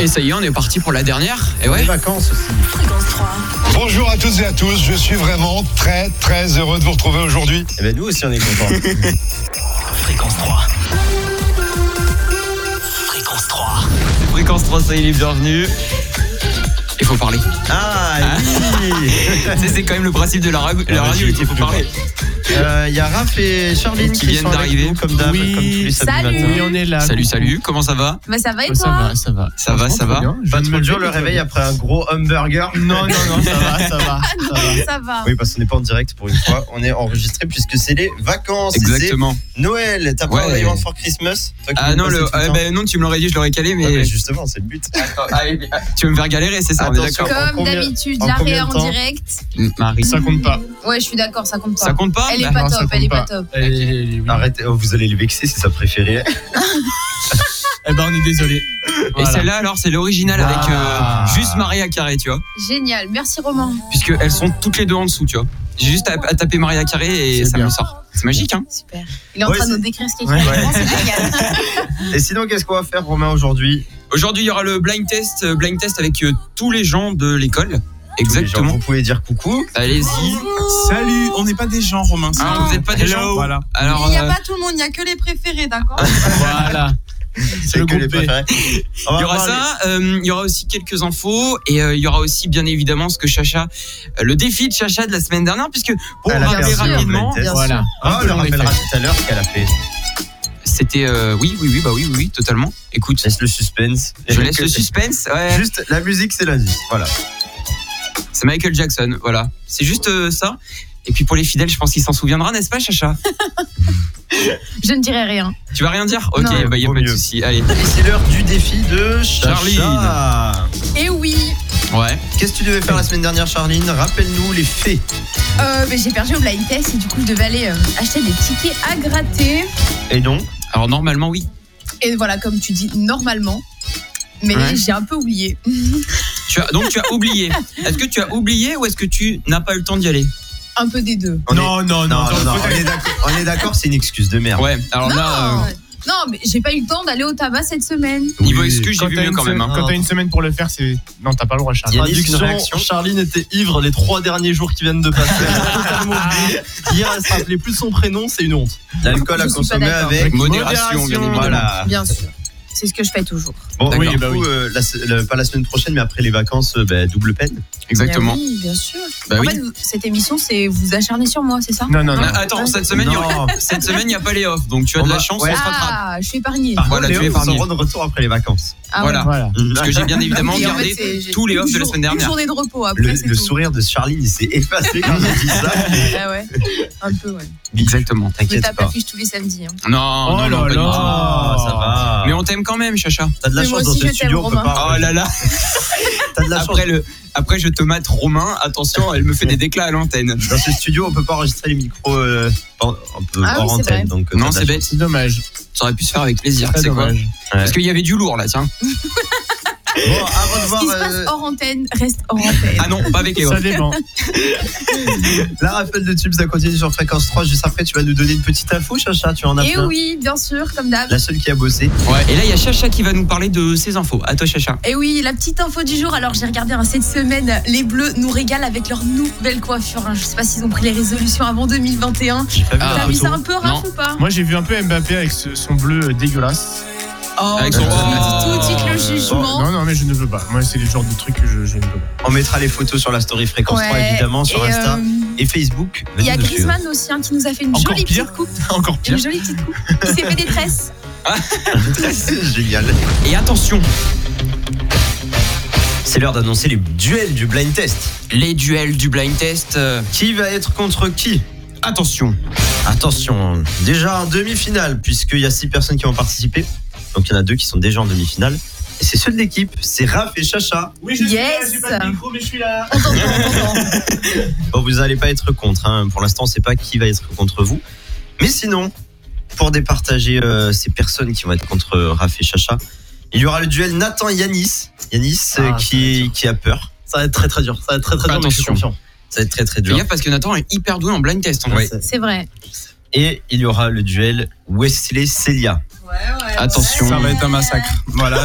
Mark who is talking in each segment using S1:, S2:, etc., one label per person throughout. S1: Et ça y est, on est parti pour la dernière. Et
S2: Les
S1: ouais.
S2: vacances aussi.
S3: Fréquence 3.
S4: Bonjour à toutes et à tous, je suis vraiment très très heureux de vous retrouver aujourd'hui.
S2: Eh ben nous aussi on est contents.
S5: Fréquence 3. Fréquence 3.
S2: Fréquence 3, ça il est bienvenu.
S1: Il faut parler.
S2: Ah oui
S1: Tu sais, c'est quand même le principe de la, ra- la
S2: bah,
S1: radio,
S2: je
S1: il faut
S2: peux
S1: parler.
S2: Euh, Il y a Raph et Charline
S1: Qui
S2: qui,
S1: viennent
S2: sont avec
S1: d'arriver.
S2: nous, comme d'hab,
S6: Oui.
S2: comme tous les samedis
S3: Salut.
S6: Oui,
S2: matins.
S6: on est là.
S1: Salut, salut, comment ça va
S3: Bah ça va et
S6: Bah, ça
S3: toi
S6: va, ça va.
S1: Ça va,
S6: Franchement,
S1: ça
S6: très
S1: va
S6: bien. Je
S2: Pas
S6: viens de
S2: trop
S6: me
S2: dur
S6: lever,
S2: le
S6: tout va
S2: réveil
S6: bien.
S2: après un gros hamburger. Non, non, non, ça va, ça va. Ça va.
S3: Ça va.
S2: Oui, parce qu'on n'est pas en direct pour une fois, on est enregistré puisque c'est les vacances. et
S1: Exactement.
S2: c'est Noël, t'as
S1: Ouais.
S2: pas I Want for Christmas Toi qui
S1: Ah
S2: veux
S1: non,
S2: passer
S1: le,
S2: tout le
S1: ah, eh.
S2: temps. Ah, ben,
S1: ben non, tu me l'aurais dit, je l'aurais calé,
S2: Ouais,
S1: mais.
S2: mais justement, c'est le but.
S1: Attends, ah, et- ah, tu veux me faire galérer, c'est ça, on est
S2: Attention.
S1: d'accord
S2: en
S3: Comme
S2: combien-
S3: d'habitude,
S2: en
S3: l'arrêt
S2: combien de
S3: en
S2: temps
S3: direct.
S1: Marie.
S6: Ça compte pas.
S3: Ouais, je suis d'accord, ça compte pas.
S1: Ça compte pas
S3: Elle est
S1: Bah,
S3: pas
S6: non, ça
S3: top, elle est pas
S6: compte pas.
S3: top.
S6: Eh, oui.
S2: Arrêtez, oh, vous allez les vexer, c'est sa préférée.
S6: Eh ben, on est désolé.
S1: Et
S6: Voilà.
S1: celle-là, alors, c'est l'original avec
S2: Ah.
S1: euh, juste Maria Carré, tu vois.
S3: Génial, merci Romain.
S1: Puisqu'elles sont toutes les deux en dessous, tu vois. J'ai juste à, à taper Maria Carré et
S6: C'est
S1: ça
S6: bien.
S1: me sort. C'est magique, hein
S3: Super. Il est en
S2: Ouais,
S3: train de
S2: c'est-
S3: nous décrire ce qu'il
S2: Ouais.
S3: fait. Vraiment, c'est génial.
S2: Et sinon, qu'est-ce qu'on va faire, Romain, aujourd'hui
S1: Aujourd'hui, il y aura le blind test, euh, blind test avec euh, tous les gens de l'école.
S2: Tous les gens,
S1: Exactement.
S2: Vous pouvez dire coucou.
S1: Allez-y.
S6: Salut, on n'est pas des gens, Romain.
S1: Ah, vous n'êtes pas des gens
S6: Voilà.
S1: Alors,
S3: Il n'y a
S1: euh,
S3: pas tout le monde, il n'y a que les préférés, d'accord
S6: Voilà.
S2: C'est
S6: le
S2: que les
S6: groupe B.
S2: préférés. On va
S1: il y aura
S2: parler-
S1: ça, euh, il y aura aussi quelques infos et euh, il y aura aussi bien évidemment ce que Chacha, euh, le défi de Chacha de la semaine dernière, puisque pour
S2: Elle a
S1: regarder
S2: perdu un
S1: rapidement,
S2: blind test.
S3: Bien
S6: Voilà.
S2: Ah, on
S6: Un
S2: le
S6: peu dans les
S2: rappellera
S6: faits.
S2: tout à l'heure ce qu'elle a fait.
S1: c'était euh, oui, oui, oui, bah oui, oui, oui, totalement. Écoute,
S2: Laisse le suspense.
S1: je laisse
S7: euh,
S1: le suspense. Ouais.
S2: Juste, la musique, c'est la vie. Voilà.
S1: C'est Michael Jackson, voilà. C'est juste euh, ça. Et puis pour les fidèles, je pense qu'il s'en souviendra, n'est-ce pas, Chacha
S3: Je ne dirai rien.
S1: Tu vas rien dire Ok,
S3: Non.
S1: bah y a
S2: Vaut
S1: pas de
S2: mieux.
S1: souci. Allez,
S2: Et c'est l'heure du défi de Charline.
S1: Charline.
S3: Et oui,
S1: ouais.
S2: Qu'est-ce que tu devais faire la semaine dernière, Charline Rappelle-nous les faits.
S3: euh, mais j'ai perdu au blind test et du coup, je devais aller euh, acheter des tickets à gratter.
S2: Et non
S1: Alors normalement, oui.
S3: Et voilà, comme tu dis, normalement. Mais
S1: Ouais.
S3: j'ai un peu oublié.
S1: Tu as, donc tu as oublié. Est-ce que tu as oublié ou est-ce que tu n'as pas eu le temps d'y aller
S3: Un peu des deux.
S2: On
S6: Non, non,
S7: Oh,
S2: est-
S6: non.
S2: non, non, non, on est d'accord- on est d'accord, c'est une excuse de merde.
S1: Ouais. Alors là, euh,
S3: non, non, mais j'ai pas eu le temps d'aller au tabac cette semaine.
S1: niveau
S2: Oui.
S1: excuse, j'ai
S6: Quand
S1: vu
S6: t'as
S1: mieux
S6: une
S1: quand même.
S6: se-
S1: hein.
S6: Quand t'as une semaine pour le faire, c'est. Non, t'as pas le droit, Charles.
S2: Yannick, une
S7: Traduction,
S2: réaction
S7: Charline était ivre les trois derniers jours qui viennent de passer. Elle a totalement oublié. Hier, elle se rappelait plus de son prénom, c'est une honte.
S2: L'alcool à
S3: Je suis pas
S2: consommer
S3: d'accord.
S2: avec.
S1: Modération, bien évidemment.
S2: Voilà.
S3: Bien sûr. C'est ce que je fais toujours.
S2: Bon,
S1: D'accord.
S2: oui, du
S6: Bah
S2: coup,
S6: oui.
S2: euh, la se- le- pas la semaine prochaine, mais après les vacances, euh, bah, double peine.
S1: Exactement.
S3: Bah oui, bien sûr.
S1: Bah
S3: en
S1: oui.
S3: fait, vous- cette émission, c'est vous acharner sur moi, c'est ça
S6: Non, non, non.
S1: Ah, Attends, cette semaine, il y aura- cette semaine, il n'y a pas les offs, donc tu as
S2: On
S1: de la
S2: va-
S1: chance,
S2: ouais.
S1: on se rattrape.
S3: Ah, je suis épargnée.
S2: Par
S1: Voilà,
S2: contre,
S1: tu es
S2: les offres
S1: épargné.
S2: seront de retour après les vacances.
S3: Ah, ouais.
S1: Voilà.
S6: Voilà.
S1: Parce que j'ai bien évidemment
S3: Et en fait,
S1: gardé
S3: c'est- j'ai
S1: tous les offs de la
S3: une
S1: semaine
S3: jour-
S1: dernière.
S3: Une journée de repos après,
S2: Le,
S3: c'est
S2: le
S3: tout.
S2: sourire de Charline, il s'est effacé quand j'ai dit ça.
S3: Ah ouais, un peu, ouais.
S1: Exactement.
S3: Je
S2: T'inquiète
S3: tape
S2: pas.
S3: l'affiche tous les samedis. hein.
S1: Non,
S6: Oh
S1: non, non,
S6: là
S1: pas du
S6: là.
S1: tout.
S2: Ah, ça va.
S1: Mais on t'aime quand même, Chacha.
S2: T'as de la
S3: Mais moi
S2: chance dans
S3: aussi, je
S2: ce
S3: t'aime,
S2: studio, on peut
S3: Romain.
S2: pas.
S1: Oh là là.
S2: T'as de la chance.
S1: Après le, après je tomate Romain. Attention, elle me fait des déclats à l'antenne.
S2: Dans ce studio, on peut pas enregistrer les micros euh, en- on peut-
S3: Ah oui,
S2: hors
S3: c'est vrai.
S2: antenne. Donc, euh,
S1: Non, c'est
S2: t'as de la
S1: bête.
S6: C'est dommage.
S1: Ça aurait pu se faire avec plaisir.
S6: Très
S1: Ah, C'est quoi
S6: dommage.
S1: Parce qu'il y avait du lourd là, tiens.
S2: chance. Bon, avant de
S3: Ce
S2: voir
S3: qui se
S2: euh,
S3: passe hors antenne reste hors antenne.
S1: Ah non, pas avec les
S6: Ça
S1: offs.
S6: dépend.
S2: la rafale de tubes, ça continue sur fréquence 3. Juste après, tu vas nous donner une petite info, Chacha. Tu en as
S3: Et
S2: plein.
S3: Eh oui, bien sûr, comme d'hab.
S2: La seule qui a bossé.
S1: Ouais. Et là, il y a Chacha qui va nous parler de ses infos. À toi, Chacha.
S3: Et Eh oui, la petite info du jour. Alors, j'ai regardé hein, cette semaine, les Bleus nous régalent avec leur nouvelle coiffure. hein. Je sais pas s'ils ont pris les résolutions avant 2021.
S2: J'ai pas vu
S1: Ah,
S2: la
S3: T'as vu
S2: photo.
S3: ça un peu, Raph,
S1: Non.
S3: ou pas
S6: Moi, j'ai vu un peu Mbappé avec ce- son bleu euh, dégueulasse. Euh,
S3: Oh,
S1: Avec
S3: tout,
S1: son-
S3: de suite,
S1: Oh.
S3: tout de suite le jugement.
S6: Non, non, mais je ne veux pas. Moi, c'est le genre de truc que je, je ne veux pas.
S2: On mettra les photos sur la story fréquence 3,
S3: Ouais,
S2: évidemment, sur
S3: et,
S2: Insta
S3: euh,
S2: et Facebook.
S3: Il y a
S2: Venez nous suivre.
S3: Griezmann aussi hein, qui nous a fait une
S6: Encore
S3: jolie
S6: pire.
S3: petite coupe.
S6: Encore pire.
S3: Une jolie petite coupe. Il s'est fait des tresses.
S2: C'est Génial.
S1: Et attention,
S2: C'est l'heure d'annoncer les duels du blind test.
S1: les duels du blind test. euh,
S2: Qui va être contre qui
S1: attention.
S2: Attention, déjà en demi-finale, puisqu'il y a six personnes qui vont participer. Donc il y en a deux qui sont déjà en demi-finale. Et c'est ceux de l'équipe, c'est Raph et Chacha.
S6: Oui,
S3: je suis là, Yes. j'ai pas de
S6: micro, Oh, mais je suis là. Ah,
S3: On t'entend, on t'entend.
S2: Bon, Oh, vous n'allez pas être contre. hein. Pour l'instant, on ne sait pas qui va être contre vous. Mais sinon, pour départager euh, ces personnes qui vont être contre euh, Raph et Chacha, il y aura le duel Nathan-Yanis. Yanis euh,
S7: Ah,
S2: qui, qui a peur.
S7: Ça va être très très dur. Ça va être très très dur, mais je suis
S1: Attention.
S7: confiant.
S2: Ça va être très très
S1: Fais
S2: dur.
S1: gaffe parce que Nathan est hyper doué en blind test. hein.
S2: Ouais.
S3: C'est vrai.
S2: Et il y aura le duel Wesley-Celia.
S3: Ouais, ouais.
S1: Attention.
S8: Ça va être un massacre. Voilà,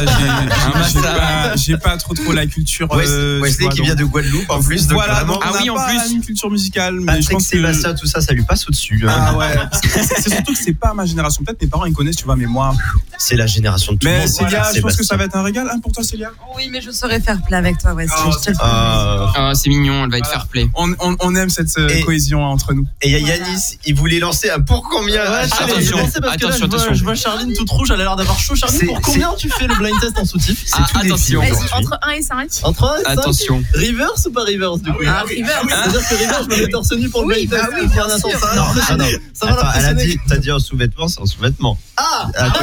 S8: j'ai- j'ai j'ai
S1: massacre.
S8: pas, j'ai pas trop trop la culture.
S2: Wes-
S8: euh,
S2: Wesley
S8: tu vois,
S2: qui vient
S8: donc-
S2: de Guadeloupe en plus. donc
S8: voilà,
S2: vraiment,
S8: donc on
S1: Ah oui,
S8: n'a
S1: en
S8: pas
S1: plus.
S8: une culture musicale, mais je
S2: Patrick
S8: pense que
S2: Sébastien, tout ça, ça lui passe au-dessus. hein.
S8: ah ouais, parce que c'est c'est surtout que c'est pas ma génération. Peut-être mes parents ils connaissent, tu vois, mais moi.
S2: C'est la génération de tout le
S8: Mais
S2: monde.
S8: Célia,
S2: voilà,
S8: je pense
S2: Sébastien.
S8: que ça va être un régal. Ah, pour toi, Célia
S3: Oui, mais je saurais faire plat avec toi, Wesley.
S8: Oh,
S3: je te le
S2: Ah,
S1: Ah, c'est mignon, elle va être
S8: Voilà.
S1: fair play.
S8: on, on, on aime cette euh,
S2: Et-
S8: cohésion hein, entre nous.
S2: Et il y a Yanis, il voulait lancer un pour combien à chaque-
S1: Attention,
S7: je sais parce que là,
S1: attention,
S7: je, vois,
S1: attention.
S7: je vois Charline toute rouge, elle a l'air d'avoir chaud. Charline,
S2: C'est-
S7: pour combien tu fais le blind test en soutif
S1: Ah,
S2: tous les
S1: attention.
S2: films.
S3: Vas-y, entre 1 et 5.
S7: Entre un et cinq
S1: Attention.
S7: Reverse ou pas reverse du coup
S3: Ah, River, oui.
S7: C'est-à-dire que reverse, je me mets torse nu pour le
S3: Oui,
S7: blind test.
S3: bah oui, bien
S7: Attends,
S3: sûr.
S7: ça va
S2: Non, ah,
S7: l'impressionner.
S2: non, non.
S7: Ça va
S2: Attends, elle a
S7: l'impressionner.
S2: dit, t'as dit en sous-vêtement, c'est en sous-vêtement.
S7: Ah
S2: Attends,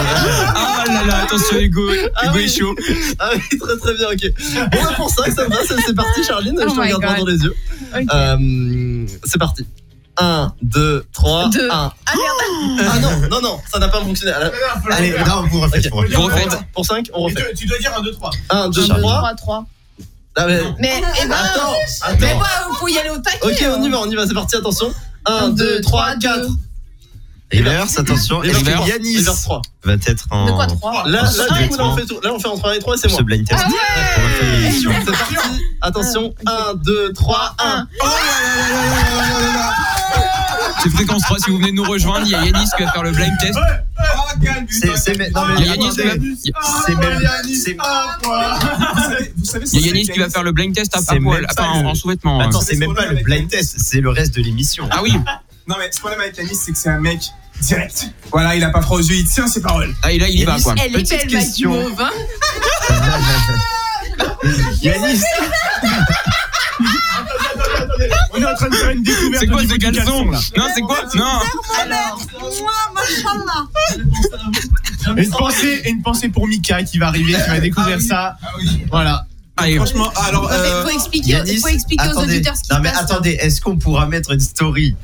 S1: Ah là là, attention Hugo, Hugo
S7: Ah oui.
S1: est chaud.
S7: Ah oui, très très bien, ok. Bon, bah, pour ça, ça me va, ça- c'est parti, Charline,
S3: Oh
S7: je te
S3: my
S7: regarde droit
S3: God.
S7: dans les yeux.
S3: Ok.
S7: Euh, c'est parti. 1, 2, 3,
S3: Deux.
S7: 1. Ah merde Ah non, non, non, ça n'a pas fonctionné. Alors,
S2: Allez, non, vous refaites.
S7: Ok.
S2: vous refaites.
S1: Vous refaites
S7: pour 5, on refait.
S6: Tu dois dire un, 2, 3.
S7: 1, 2, 3.
S3: 3, 3.
S7: Ah, mais...
S3: Mais, eh ben,
S7: Attends,
S3: mais
S7: attends.
S3: moi, faut y aller au taquet.
S7: Ok,
S3: hein.
S7: on y va, on y va, c'est parti, attention. 1,
S3: Un,
S7: 2,
S3: deux,
S7: 3,
S3: trois,
S7: 4.
S3: deux.
S2: Reverse, attention. Et
S1: Reverse.
S2: donc, Yanis
S7: Reverse 3.
S2: va être en.
S3: De quoi 3
S7: Là, là,
S2: Ensuite,
S7: du coup, là,
S2: directement.
S7: on fait tout. Là, on fait entre 1 et 3 et c'est moi.
S2: ce blind test. On va faire
S7: C'est
S2: l'émission.
S7: parti. Attention,
S3: Ah,
S7: 1, 2, 3, 1.
S1: C'est fréquence 3, si vous venez de nous rejoindre, il y a Yanis qui va faire le blind test.
S3: Ah,
S8: Ah,
S2: C'est-
S8: hein.
S2: c'est- mais- non, mais
S7: Ah,
S1: Il y a Yanis,
S2: attendez,
S1: qui
S2: c'est même- c'est-
S6: Ah,
S8: Vous savez,
S1: va- il y a Yanis qui va faire le blind test à
S2: C'est
S1: poil,
S2: même
S1: enfin
S8: ça,
S1: en,
S8: le-
S1: en sous-vêtements.
S2: Attends,
S1: hein.
S2: c'est même pas le blind test, c'est le reste de l'émission.
S1: Ah oui,
S8: Non, mais ce problème avec Yanis, c'est que c'est un mec direct. Voilà, il a pas froid aux yeux, il tient ses paroles.
S1: ah, et là il y va
S2: Yanis,
S1: quoi.
S3: Elle est
S2: Petite
S3: belle, ma
S2: question.
S3: guimauve, hein.
S2: Yanis,
S6: On est en train de faire une découverte.
S1: C'est quoi
S6: au
S1: ce
S6: niveau du
S1: caleçon là Non, c'est quoi Non
S3: Alors, moi, machallah.
S6: Une pensée, une pensée pour Mika qui va arriver, qui va découvrir ça. Voilà.
S1: Allez,
S8: Franchement, alors. euh,
S3: Faut expliquer,
S2: Yanis,
S3: faut expliquer aux
S2: attendez.
S3: auditeurs ce qui
S2: Non,
S3: se
S2: mais
S3: passe.
S2: attendez, est-ce qu'on pourra mettre une story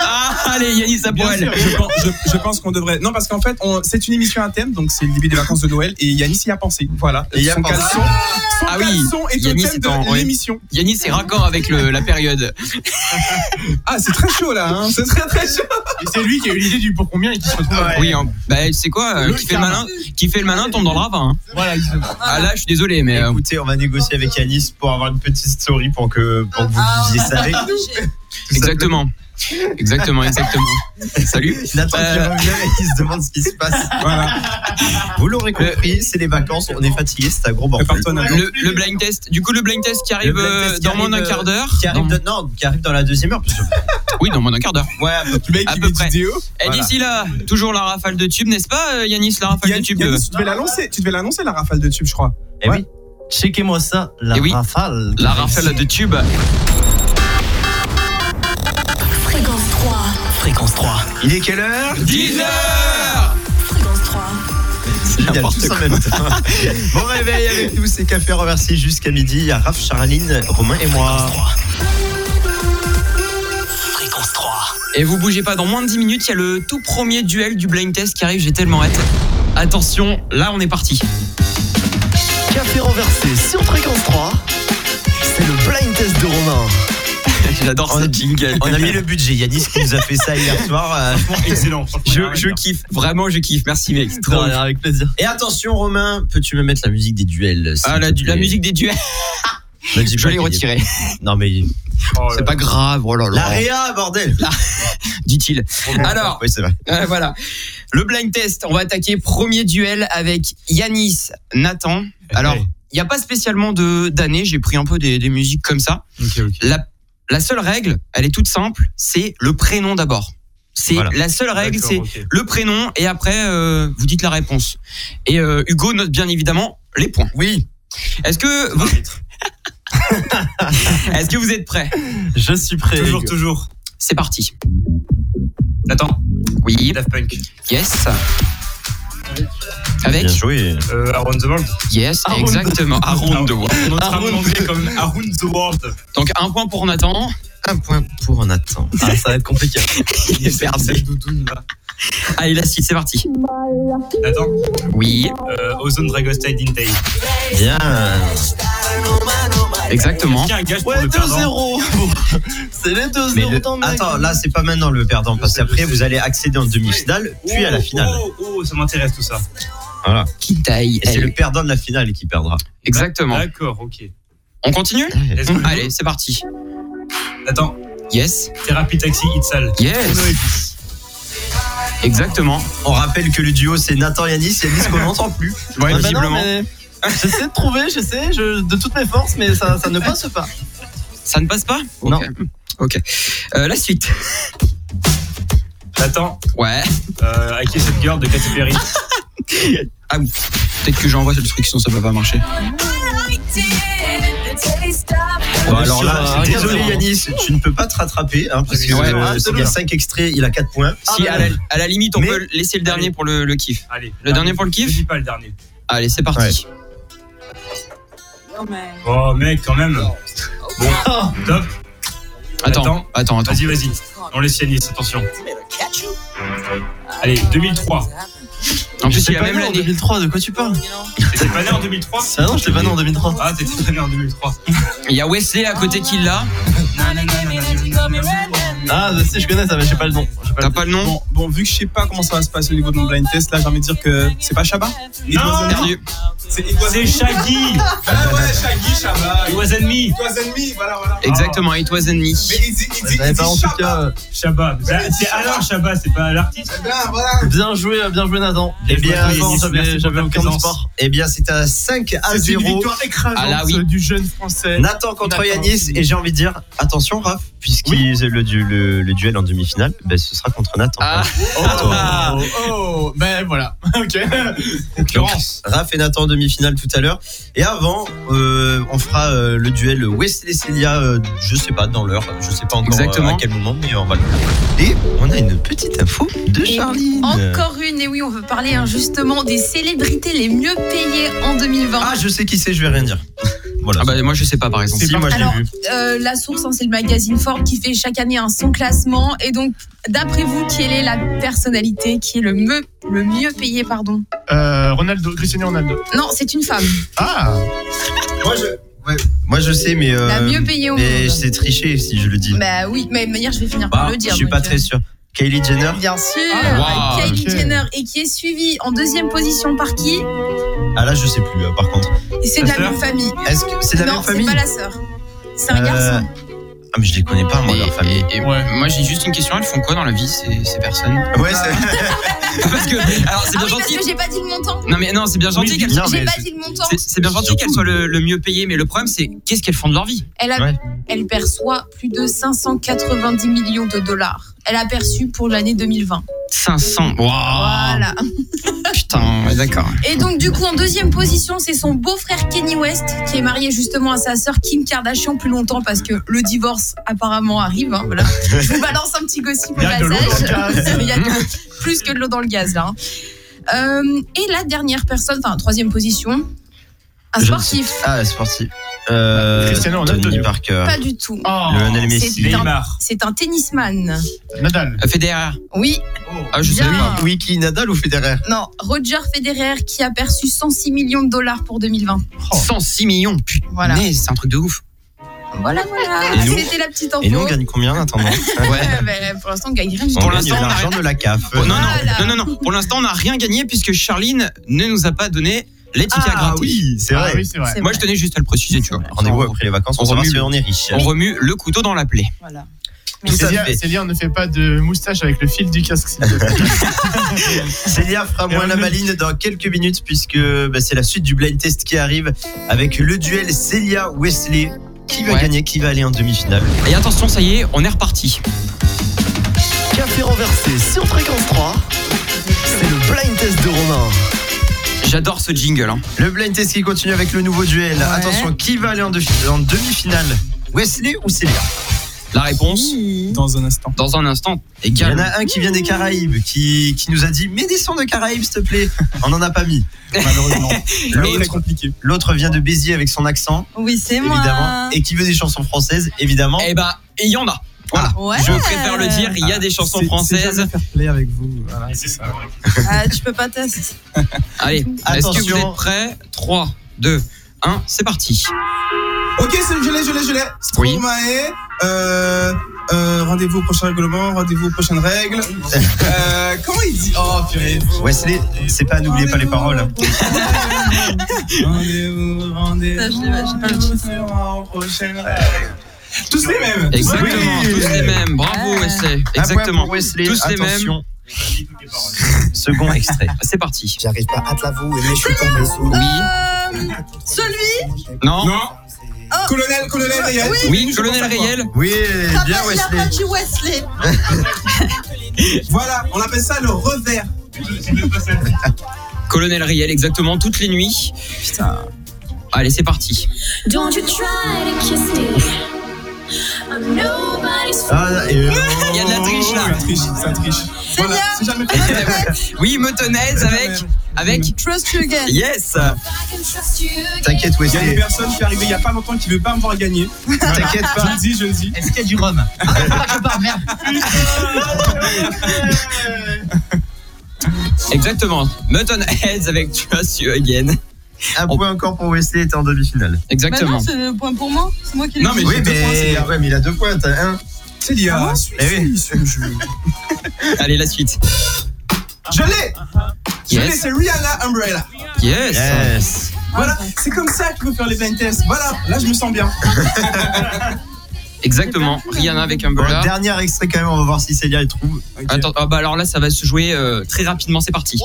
S1: ah, allez Yanis à
S8: Bien sûr,
S1: poil.
S8: je, pense, je- je pense qu'on devrait. Non, parce qu'en fait, on- c'est une émission à thème, donc c'est le début des vacances de Noël et Yanis y a pensé. Voilà.
S2: Et y a
S8: son
S2: pensé.
S8: caleçon, son
S1: Ah oui,
S8: caleçon est au
S1: Yanis
S8: thème
S1: est en-
S8: de
S1: ouais.
S8: l'émission.
S1: Yanis est raccord avec le- la période.
S8: Ah, c'est très chaud là, hein. c'est très très chaud.
S6: Et c'est lui qui a eu l'idée du pour combien et qui se retrouve. à-
S1: Oui, hein. bah tu sais quoi, euh,
S6: Le
S1: qui fait le malin,
S6: karma.
S1: qui fait le malin tombe dans le ravin. hein.
S6: Voilà, exactement.
S1: Ah là, je suis désolé, mais euh,
S2: Écoutez, on va négocier avec Yanis pour avoir une petite story pour que, pour que vous
S3: Ah,
S2: viviez ça avec nous.
S1: exactement, exactement, exactement. Salut.
S2: Nathan qui
S1: Euh.
S2: revient et qui se demande ce qui se passe. Vous
S6: Euh,
S2: l'aurez compris, c'est les vacances, on est fatigué, c'est un gros bordel.
S8: Prépare-toi, Nathan.
S1: Le, le blind test. Du coup, le blind test qui arrive
S2: blind
S1: euh,
S2: test qui
S1: dans moins d'un
S2: arrive,
S1: quart d'heure.
S2: Qui arrive,
S1: Dans-
S2: de- non, qui arrive dans la deuxième heure. parce que-
S1: Oui, dans moins d'un quart d'heure.
S2: Ouais, à peu-
S8: Le mec
S1: À
S8: qui
S1: peu
S8: met
S1: près.
S8: vidéo.
S1: Et
S2: Voilà.
S1: d'ici là, toujours la rafale de tube, n'est-ce pas, euh, Yanis, la rafale de
S8: Yann-
S1: tube
S8: Yannis, tu devais l'annoncer, tu devais l'annoncer la rafale de tube, je crois.
S2: Eh oui.
S7: Checkez-moi ça, la
S1: Eh oui.
S7: rafale.
S1: La rafale de tube.
S5: Fréquence 3. Fréquence 3.
S2: Il est quelle heure
S1: 10
S5: Fréquence 3.
S2: Il y a
S1: N'importe
S2: tous en même temps. Bon réveil avec nous, c'est Café Reversé jusqu'à midi. Il y a Raph, Charline, Romain et moi.
S5: 3. Fréquence 3.
S1: Et vous bougez pas, dans moins de 10 minutes, il y a le tout premier duel du blind test qui arrive, j'ai tellement hâte. Attention, là on est parti.
S7: Café renversé sur fréquence 3. C'est le blind test de Romain.
S1: J'adore
S2: On-
S1: ce jingle.
S2: On a mis le budget. Yannis qui nous a fait ça hier soir. euh,
S8: Excellent.
S1: Je, je kiffe, vraiment je kiffe, merci mec. c'est Trop bien.
S7: avec plaisir.
S2: Et attention, Romain, peux-tu me mettre la musique des duels s'il
S1: Ah, la,
S2: te
S1: la
S2: plaît
S1: musique des duels,
S2: Me dis
S1: je
S2: pas
S1: l'ai
S2: qu'il est-
S1: retirée.
S2: Non, mais.
S1: C'est pas grave, oh là
S2: La
S1: là.
S2: Réa, bordel
S1: Dit-il. Alors,
S2: Oui, c'est vrai.
S1: euh, voilà. Le blind test, on va attaquer premier duel avec Yanis, Nathan. Alors, il n'y a pas spécialement de d'année, j'ai pris un peu des, des musiques comme ça. La, la seule règle, elle est toute simple, c'est le prénom d'abord. C'est
S2: Voilà.
S1: la seule règle, c'est
S6: D'accord, ok.
S1: le prénom et après euh, vous dites la réponse. Et euh, Hugo note bien évidemment les points.
S2: Oui.
S1: Est-ce que vous Est-ce que vous êtes prêts
S7: Je suis prêt.
S8: Toujours, toujours.
S1: C'est parti.
S8: Nathan,
S1: Oui.
S8: Daft Punk.
S1: Yes. Avec
S2: Bien joué.
S8: Euh, Around the World.
S1: Yes,
S7: Around.
S1: exactement. Around the world.
S8: On est en train de manger comme Around the World.
S1: Donc un point pour Nathan.
S2: Un point pour Nathan.
S7: Ah, ça va être compliqué.
S1: Il est perdu.
S8: Cette doudoune là.
S1: Allez, la suite, c'est parti.
S8: Nathan,
S1: Oui,
S8: euh, Ozone Dragon Slide in Tail.
S2: Bien.
S1: exactement.
S8: Tiens, un gage pour
S7: Ouais,
S8: le perdant.
S7: 2-0. Bon. C'est les 2-0
S2: Mais le-
S7: dans le mec.
S2: Attends, là, c'est pas maintenant le perdant, parce qu'après, vous allez accéder en demi-finale, puis à la finale.
S8: Oh, oh, ça m'intéresse tout ça.
S2: Voilà.
S1: Kitaï.
S2: Et c'est le perdant de la finale qui perdra.
S8: Ah,
S1: Exactement.
S7: D'accord, ok.
S1: On continue
S2: Est-ce
S1: Mmh, Allez, c'est parti.
S8: Attends,
S1: Yes.
S8: thérapie taxi, Itzal.
S1: Yes. Exactement.
S2: On rappelle que le duo c'est Nathan Yanis, Yanis qu'on n'entend plus.
S1: Ouais,
S2: Ah, bah non,
S1: visiblement.
S2: mais
S7: J'essaie de trouver, j'essaie je- de toutes mes forces, mais ça, ça ne passe pas.
S1: Ça ne passe pas
S2: Non.
S1: Ok. Ok. Euh, la suite.
S8: Attends,
S1: Ouais.
S8: euh, à qui est cette girl de Katy Perry
S1: Peut-être que j'envoie sur le truc, sinon ça va pas marcher.
S2: Ah Bon, alors là,
S7: Sur, euh,
S2: désolé
S7: regarde,
S2: Yanis, tu ne peux pas te rattraper hein, parce que
S1: Ouais,
S2: euh,
S1: ouais, c'est
S2: il y a 5 extraits, il a 4 points.
S1: Si, à la, à la limite, on
S2: bah Mais- Ah.
S1: peut laisser le dernier
S8: Allez.
S1: pour le, le kiff.
S8: Allez.
S1: Le dernier pour le kiff
S8: Ne dis pas le dernier.
S1: Allez, c'est parti.
S8: Oh, mec, quand même. Bon, top.
S1: Attends, attends,
S8: Attends.
S1: attends.
S8: Vas-y, vas-y. On laisse Yanis, attention. Allez, 2003.
S1: En plus, il a
S7: pas
S1: même
S7: né en
S1: l'année.
S7: 2003, de quoi tu parles
S8: T'étais pas né en 2003
S7: Ah non, j'étais pas né en 2003.
S8: Ah, t'étais pas né en 2003.
S1: Il y a Wesley à côté qui l'a.
S7: Ah, bah, si, je connais ça, mais j'ai pas le nom. J'ai pas
S1: T'as
S7: le
S1: pas le nom
S8: Bon, bon, vu que je sais pas comment ça va se passer au niveau de mon blind test, là, j'ai envie de dire que c'est pas Chabat
S1: Non, Sérieux
S8: C'est Shaggy
S6: Ah ouais, Shaggy, Chabat.
S8: It wasn't me
S6: Toi, ennemi, voilà, voilà.
S1: Exactement, It Was and Me.
S6: Mais il dit, il dit,
S7: Eh
S6: il
S7: ben, en
S6: dit
S7: tout
S6: Chabat.
S7: cas,
S8: Chabat. C'est Alain Chabat, c'est pas l'artiste.
S6: Ah, voilà.
S7: bien joué, bien joué Nathan.
S2: Eh bien,
S7: Nathan,
S2: Yanis,
S7: j'avais
S2: merci
S7: j'avais
S2: pour ta
S7: aucun
S2: présence.
S7: espoir.
S2: Eh bien, c'est à 5 à 0.
S6: écrasante
S1: Ah là, oui.
S6: du jeune français.
S2: Nathan contre
S6: Nathan.
S2: Yanis, et j'ai envie de dire, attention Raph, puisque le, du- le- le duel en demi-finale, ben, ce sera contre Nathan.
S1: Ah,
S2: Ah.
S6: Oh, oh, ben voilà. ok.
S1: concurrence.
S2: Raph et Nathan en demi-finale tout à l'heure. Et avant, euh, on fera euh, le duel Wesley Celia, euh, je sais pas, dans l'heure, je sais pas encore euh,
S1: Exactement.
S2: à quel moment, mais on va le faire. Et on a une petite info de Charline.
S3: Encore une, et oui, on veut parler hein, justement des célébrités les mieux payées en 2020.
S2: Ah, je sais qui c'est, je vais rien dire. Voilà.
S1: Ah bah moi je sais pas par exemple.
S2: si, moi je l'ai
S3: Alors,
S2: vu.
S3: euh, la source, hein, c'est le magazine Forbes qui fait chaque année un son classement. Et donc, d'après vous, quelle est la personnalité qui est le mieux, le mieux payée pardon
S6: Euh, Ronaldo, Cristiano Ronaldo.
S3: Non, c'est une femme.
S6: Ah,
S2: Moi je, ouais, moi, je sais, mais. euh,
S3: La mieux payée au
S2: mais
S3: monde.
S2: c'est triché si je le dis.
S3: Bah oui, Oh mais de manière, je vais finir par
S2: Bah,
S3: le dire.
S2: je suis pas
S3: donc, euh,
S2: très sûr. Kylie Jenner
S3: Bien sûr,
S1: Ah,
S3: avec Kylie
S6: ok.
S3: Jenner et qui est suivie en deuxième position par qui
S2: Ah là, je sais plus, euh, par contre.
S3: Et c'est de la
S8: Sa sœur
S3: même famille.
S2: Est-ce que c'est de la
S3: non,
S2: même
S3: c'est
S2: famille
S3: pas la sœur. C'est un
S2: Euh,
S3: garçon.
S2: Ah, mais je les connais pas, moi,
S1: Et-
S2: leur famille.
S1: et- et Moi j'ai juste une question, elles font quoi dans la vie ces, ces personnes
S2: Ouais, c'est.
S1: Parce que alors c'est
S3: Ah
S1: bien
S3: oui, parce
S1: gentil.
S3: que j'ai pas dit le montant.
S1: Non mais non c'est bien gentil qu'elles
S2: Non,
S3: J'ai
S2: mais
S3: pas
S2: c'est-
S3: dit le montant.
S1: c'est- c'est bien gentil qu'elles soient le, le mieux payées, mais le problème c'est qu'est-ce qu'elles font de leur vie
S3: Elle, a-
S2: Ouais.
S3: elle perçoit plus de 590 millions de dollars. Elle a perçu pour l'année 2020.
S1: 500. Waouh
S3: Voilà.
S1: Putain, Mmh. ouais, d'accord.
S3: Et donc, du coup, en deuxième position, c'est son beau-frère Kenny West, qui est marié justement à sa sœur Kim Kardashian plus longtemps parce que le divorce apparemment arrive. hein, voilà. Je vous balance un petit gossip au
S8: Il y a de l'eau
S3: passage. Il y a de- plus que de l'eau dans le gaz là. hein. Euh, et la dernière personne, enfin troisième position, un
S2: Je ne
S3: sportif.
S2: Ah, sportif. Euh,
S6: Cristiano Ronaldo,
S2: Tony
S6: du coup.
S2: Parker.
S3: Pas du tout.
S2: Lionel
S3: C'est
S2: Messi.
S3: un-
S8: Neymar.
S3: C'est un tennisman.
S6: Nadal.
S1: Euh, Federer.
S3: Oui,
S1: Ah je sais
S3: Bien.
S1: pas.
S2: Oui, qui Nadal ou Federer
S3: non, Roger Federer qui a perçu 106 millions de dollars pour 2020.
S1: 106 millions. Putain,
S3: Voilà.
S1: c'est un truc de ouf.
S3: Voilà, voilà.
S2: Et nous-
S3: Ah, C'était la petite info.
S2: Et nous, on gagne combien en attendant
S1: Ouais.
S3: Ouais, ben, pour l'instant, on gagne rien. Ah
S2: On
S1: Pour
S2: gagne
S1: l'instant, on a
S2: l'argent
S1: rien.
S2: de la CAF.
S1: Oh, non, non,
S3: Voilà.
S1: non, non, non. Pour l'instant, on n'a rien gagné puisque Charline ne nous a pas donné les tickets à gratter.
S2: oui, c'est
S6: Ah
S2: vrai.
S6: oui, c'est vrai.
S3: C'est
S1: Moi,
S3: vrai.
S1: je tenais juste à le préciser, tu vois.
S2: Rendez-vous après les vacances, on,
S1: On
S2: saura
S1: remue
S2: si
S1: le-
S2: on est riche.
S1: On remue le couteau dans la plaie.
S3: Voilà.
S2: Tout à
S6: Célia,
S2: fait.
S6: Célia, ne fait pas de moustache avec le fil du casque. s'il te plaît.
S2: Célia fera
S6: Et
S2: moins
S6: on
S2: la
S6: le-
S2: maline dans quelques minutes puisque bah, c'est la suite du blind test qui arrive avec le duel Célia Wesley. Qui va
S1: Ouais.
S2: gagner Qui va aller en demi-finale
S1: Et attention, ça y est, on est reparti.
S7: Café renversé sur fréquence 3. C'est le blind test de Romain.
S1: J'adore ce jingle. hein.
S2: Le blind test qui continue avec le nouveau duel. Attention, qui va aller en, de- en demi-finale Wesley ou Célia
S1: La réponse
S8: Dans un instant.
S1: dans un instant. Et
S2: Il y en
S1: calme.
S2: a un qui vient des Caraïbes qui, qui nous a dit mets des sons de Caraïbes s'il te plaît. On n'en a pas mis.
S8: Malheureusement.
S2: L'autre-
S8: C'est compliqué.
S2: L'autre vient de Béziers avec son accent,
S3: Oui, c'est
S2: évidemment, et qui veut des chansons françaises, évidemment.
S1: Eh bah, il y en a. Voilà.
S3: Ouais.
S1: Je
S2: Ah.
S1: préfère le dire, il y a des chansons françaises.
S8: Play avec vous. Voilà, c'est ça.
S3: Ah, tu peux pas tester.
S1: Allez, est-ce que vous
S2: Attention.
S1: êtes prêts 3, 2, 1, c'est parti.
S8: Ok, c'est- je l'ai, je l'ai, je l'ai.
S1: Oui.
S8: Stromae. Euh, euh, rendez-vous au prochain règlement, rendez-vous aux prochaines règles. Euh, comment il dit Oh purée.
S2: Wesley, c'est pas n'oubliez pas les paroles.
S8: Rendez-vous, rendez-vous.
S3: Ça, je l'ai pas, j'ai pas le titre.
S8: rendez-vous, prochaine rêve. Tous les mêmes. tous les mêmes.
S1: Exactement, tous les mêmes. Bravo
S3: Ah.
S1: Wesley.
S2: Un point
S1: Exactement.
S2: pour Wesley,
S1: Tous les
S2: attention. Second extrait.
S1: C'est parti.
S9: J'arrive pas à te l'avouer, mais je suis tombé sous
S1: Oui.
S3: Euh, celui
S1: Non.
S8: Non.
S3: Oh.
S8: Colonel, colonel Rayel.
S1: Oui, colonel Riel.
S2: Oui,
S10: Ça
S2: bien
S10: passe la
S2: Wesley.
S10: page du Wesley.
S8: Voilà, on appelle ça le revers.
S1: Colonel Riel, exactement, toutes les nuits. Putain. Allez, c'est parti.
S5: Don't you try to kiss me. I'm nobody's fool.
S2: Ah,
S9: euh,
S2: et,
S1: Il y a de la triche là.
S8: Ça Oh, triche, ça triche. Voilà,
S3: bien.
S8: c'est jamais
S1: Oui, Motonaise avec. Avec.
S3: Trust You Again.
S1: Yes
S5: I can trust you.
S2: T'inquiète
S8: Il y a une
S2: Wesley,
S8: personne qui est arrivée il y a pas longtemps qui veut pas me voir gagner.
S2: t'inquiète
S8: Je
S2: pas.
S8: le dis, je le dis.
S7: Est-ce qu'il y a du rhum
S1: Exactement. Motonaise avec Trust You Again.
S2: Un point encore pour Wesley, t'es en demi-finale.
S3: Bah non,
S1: Exactement.
S3: c'est le point pour moi. C'est moi qui l'ai
S1: Non,
S3: dit.
S1: mais
S2: Oui,
S1: j'ai deux points, c'est
S2: mais...
S1: bien.
S2: ouais, mais il a deux points, t'as un.
S8: C'est l'IA.
S2: Eh oui.
S1: Allez, la suite.
S8: Je l'ai. Je l'ai,
S1: Yes.
S8: c'est Rihanna Umbrella.
S1: Yes.
S2: Yes.
S8: Voilà, c'est comme ça qu'il faut faire les blind tests. Voilà, là je me sens bien.
S1: Exactement. Rihanna avec un
S2: Bon,
S1: bowler.
S2: dernier extrait quand même, on va voir si Célia il trouve.
S1: Attends, ah bah alors là, ça va se jouer euh, très rapidement. C'est parti.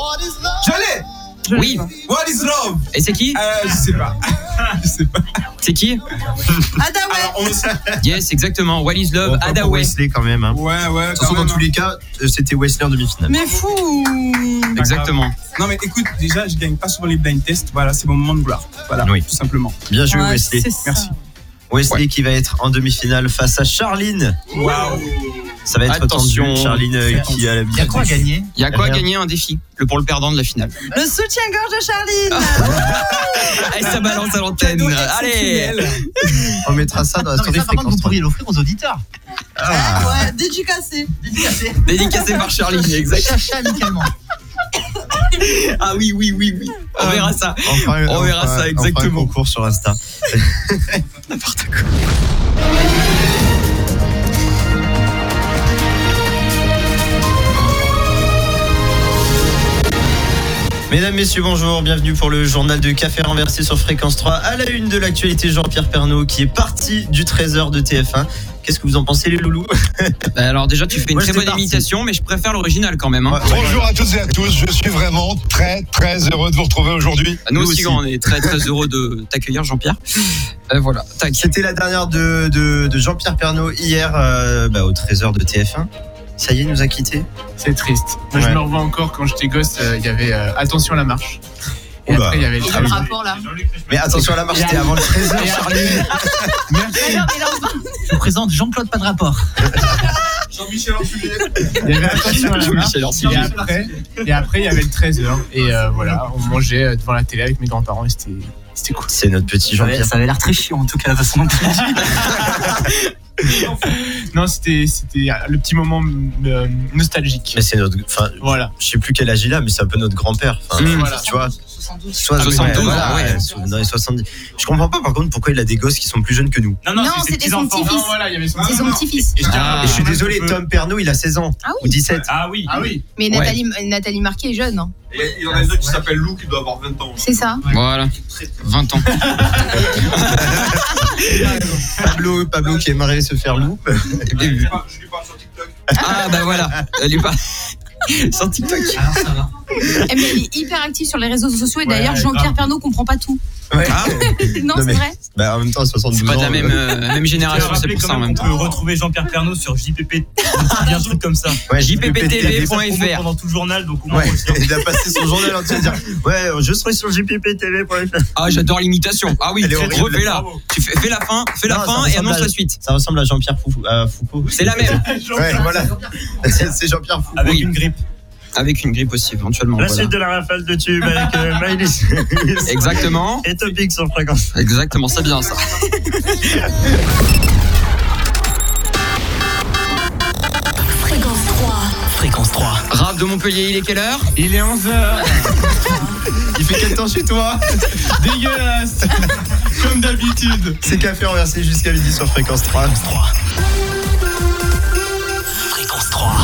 S8: Je l'ai.
S1: Oui.
S8: What is love
S1: Et c'est qui
S8: euh, Je sais pas. je sais pas.
S1: C'est qui
S3: Adaway.
S8: Alors, on le sait.
S1: Yes, exactement. What is
S2: Bon,
S1: love
S2: point pour
S1: Adaway.
S2: Wesley quand même. Hein.
S8: Ouais, ouais.
S2: De toute
S8: quand
S2: façon, dans
S8: même,
S2: tous les cas, euh, c'était Wesley en demi-finale.
S3: Mais fou
S1: Exactement.
S8: hein. Non mais écoute, déjà je gagne pas souvent les blind tests. Voilà, c'est mon moment de gloire. Voilà,
S2: Oui.
S8: tout simplement.
S2: Bien joué
S3: Ouais,
S2: Wesley.
S3: c'est ça.
S8: Merci.
S2: Wesley qui va être en demi-finale face à Charline.
S8: Waouh.
S2: Ça va être
S1: Attention.
S2: tendu. Charline euh, qui a la
S7: Il y a quoi à gagner
S1: Il y a quoi à
S2: Merde.
S1: gagner un défi le pour le perdant de la finale
S3: Le soutien-gorge de Charline.
S1: Et ça balance à l'antenne.
S8: Cadeau
S1: Allez
S8: exceptionnel.
S2: On mettra ça dans la
S7: Non, mais
S2: story
S7: ça, par contre,
S2: fréquence.
S7: vous pourriez l'offrir aux auditeurs.
S2: Ah.
S3: Ouais, dédicacé.
S1: Dédicacé par Charlie, exact.
S7: Chacha amicalement.
S1: Ah oui, oui, oui, oui. On verra ça.
S2: On fera-
S1: On verra
S2: fera-
S1: ça,
S2: fera
S1: exactement.
S2: un concours sur Insta.
S1: N'importe quoi.
S2: Mesdames, messieurs, bonjour, bienvenue pour le journal de Café Renversé sur Fréquence 3. À la une de l'actualité, Jean-Pierre Pernaud qui est parti du 13h de TF1. Qu'est-ce que vous en pensez, les loulous
S1: Bah alors déjà, tu fais une
S2: Moi,
S1: très
S2: j'étais
S1: bonne
S2: parti.
S1: imitation, mais je préfère l'original quand même. hein.
S4: Bonjour à toutes et à tous, je suis vraiment très très heureux de vous retrouver aujourd'hui.
S1: Bah, Nous,
S2: nous
S1: aussi,
S2: aussi.
S1: on est très très heureux de t'accueillir, Jean-Pierre. Euh, voilà, tac.
S2: C'était la dernière de, de- de Jean-Pierre Pernaud hier euh, bah, au 13h de TF1. Ça y est, il nous a quittés.
S6: C'est triste. Moi,
S2: Ouais.
S6: Je me revois encore quand j'étais gosse, euh, il y avait euh, Attention à la marche. Et
S2: Oula.
S6: après, il y avait le
S3: Quel
S6: travail.
S3: rapport là
S2: Mais attention à la marche, c'était avant le 13h, Charlie. Ah,
S7: Je vous présente Jean-Claude Pas de rapport.
S8: Jean-Michel Enculé.
S6: Il y avait Attention à la marche. Et après, et après, il y avait le 13h. Et euh, voilà, on mangeait euh, devant la télé avec mes grands-parents et c'était c'était cool.
S2: C'est notre petit
S7: Ça avait,
S2: Jean-Pierre.
S7: ça avait l'air très chiant en tout cas la façon dont tu le dis.
S6: Non, c'était c'était euh, le petit moment euh, nostalgique.
S2: Mais c'est notre. Enfin,
S6: Voilà. Mm.
S2: je sais plus quel âge il a, mais c'est un peu notre grand-père. Enfin,
S1: Mmh.
S6: Voilà.
S2: Ah, Tu vois,
S10: 72.
S2: soit
S1: Ah, 72, ouais.
S2: dans les 70. Je comprends pas par contre pourquoi il a des gosses qui sont plus jeunes que nous.
S10: non, Non, c'est ses c'était son petits-enfants.
S6: Non,
S10: petit-fils.
S6: voilà, il y avait son
S10: C'est son petit-fils.
S6: Et je
S1: Ah.
S2: Et je suis
S6: tiens à-
S2: désolé, Tom Pernaud, il a 16 ans
S10: Ah
S2: ou 17.
S6: Ah oui. Ah oui.
S10: Mais
S1: Ouais.
S10: Nathalie, Nathalie Marquet est jeune. hein.
S8: Et il y en a un autre qui s'appelle Lou qui doit avoir 20 ans.
S10: C'est ça.
S1: Voilà, 20 ans.
S2: Pablo, Pablo qui aimerait se faire loup.
S8: Je lui parle sur TikTok.
S1: Ah bah voilà, elle est pas... Sur TikTok.
S2: Ah,
S7: Alors ça va.
S10: Eh, mais elle est hyper active sur les réseaux sociaux et
S6: Ouais,
S10: d'ailleurs Jean-Pierre
S6: grave.
S10: Pernaud comprend pas tout.
S6: Ah.
S2: Ouais.
S10: non,
S2: Non, mais-
S10: c'est vrai.
S2: Bah, en même temps, 72
S1: C'est pas de
S2: ans,
S1: la même,
S2: euh,
S1: euh, même
S7: Ah,
S1: génération, c'est pour ça en même temps.
S7: peut retrouver Jean-Pierre Pernaud sur JPP, un truc comme ça.
S2: euh,
S1: euh,
S2: ouais,
S1: jpptv.fr
S7: pendant tout le journal, donc au
S2: Ouais, il a passé son journal entier à dire Ouais, je serai sur jpptv.fr.
S1: Ah, j'adore l'imitation. Ah oui,
S2: Elle est horrible.
S1: refais-la. Tu fais, fais la fin, fais la
S2: Non, ça
S1: fin et
S2: ressemble
S1: annonce
S2: à-
S1: la suite.
S2: Ça ressemble à Jean-Pierre Fou- à Foucault.
S1: C'est la même.
S2: Ouais, voilà. C'est Jean-Pierre Foucault.
S1: Avec une
S7: grippe.
S1: Avec une grippe aussi, éventuellement. voilà.
S2: de la rafale de tube avec euh, Maëlys
S1: Exactement.
S2: et Topic sur fréquence.
S1: Exactement, c'est bien ça.
S5: Fréquence 3. Fréquence 3.
S1: Rap de Montpellier, il est quelle heure
S6: Il est 11h.
S2: Il fait quel temps chez toi
S6: Dégueulasse. Comme d'habitude.
S2: C'est café renversé jusqu'à midi sur fréquence 3.
S5: Fréquence 3.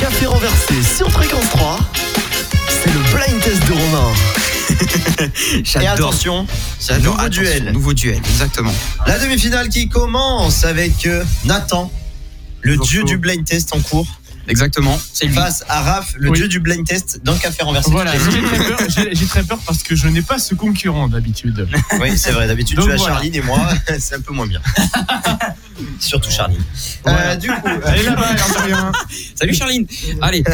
S11: café renversé sur Fréquence 3. C'est le blind test de Romain.
S2: Et
S1: J'adore.
S2: attention,
S1: J'adore.
S2: nouveau
S1: Attention,
S2: duel.
S1: Nouveau duel, exactement.
S2: La demi-finale qui commence avec euh, Nathan, le dieu du blind test en cours,
S1: Exactement. C'est lui.
S2: face à Raph, le
S6: Oui.
S2: dieu du blind test d'un café renversé.
S6: Voilà, j'ai très, peur, j'ai- j'ai très peur parce que je n'ai pas ce concurrent d'habitude.
S2: Oui, c'est vrai, d'habitude
S6: Donc
S2: tu as
S6: voilà.
S2: Charline et moi, c'est un peu moins bien. Surtout Charline.
S6: Voilà.
S2: Euh, du coup,
S6: Elle est là-bas, elle entend rien.
S1: Salut Charline. Allez,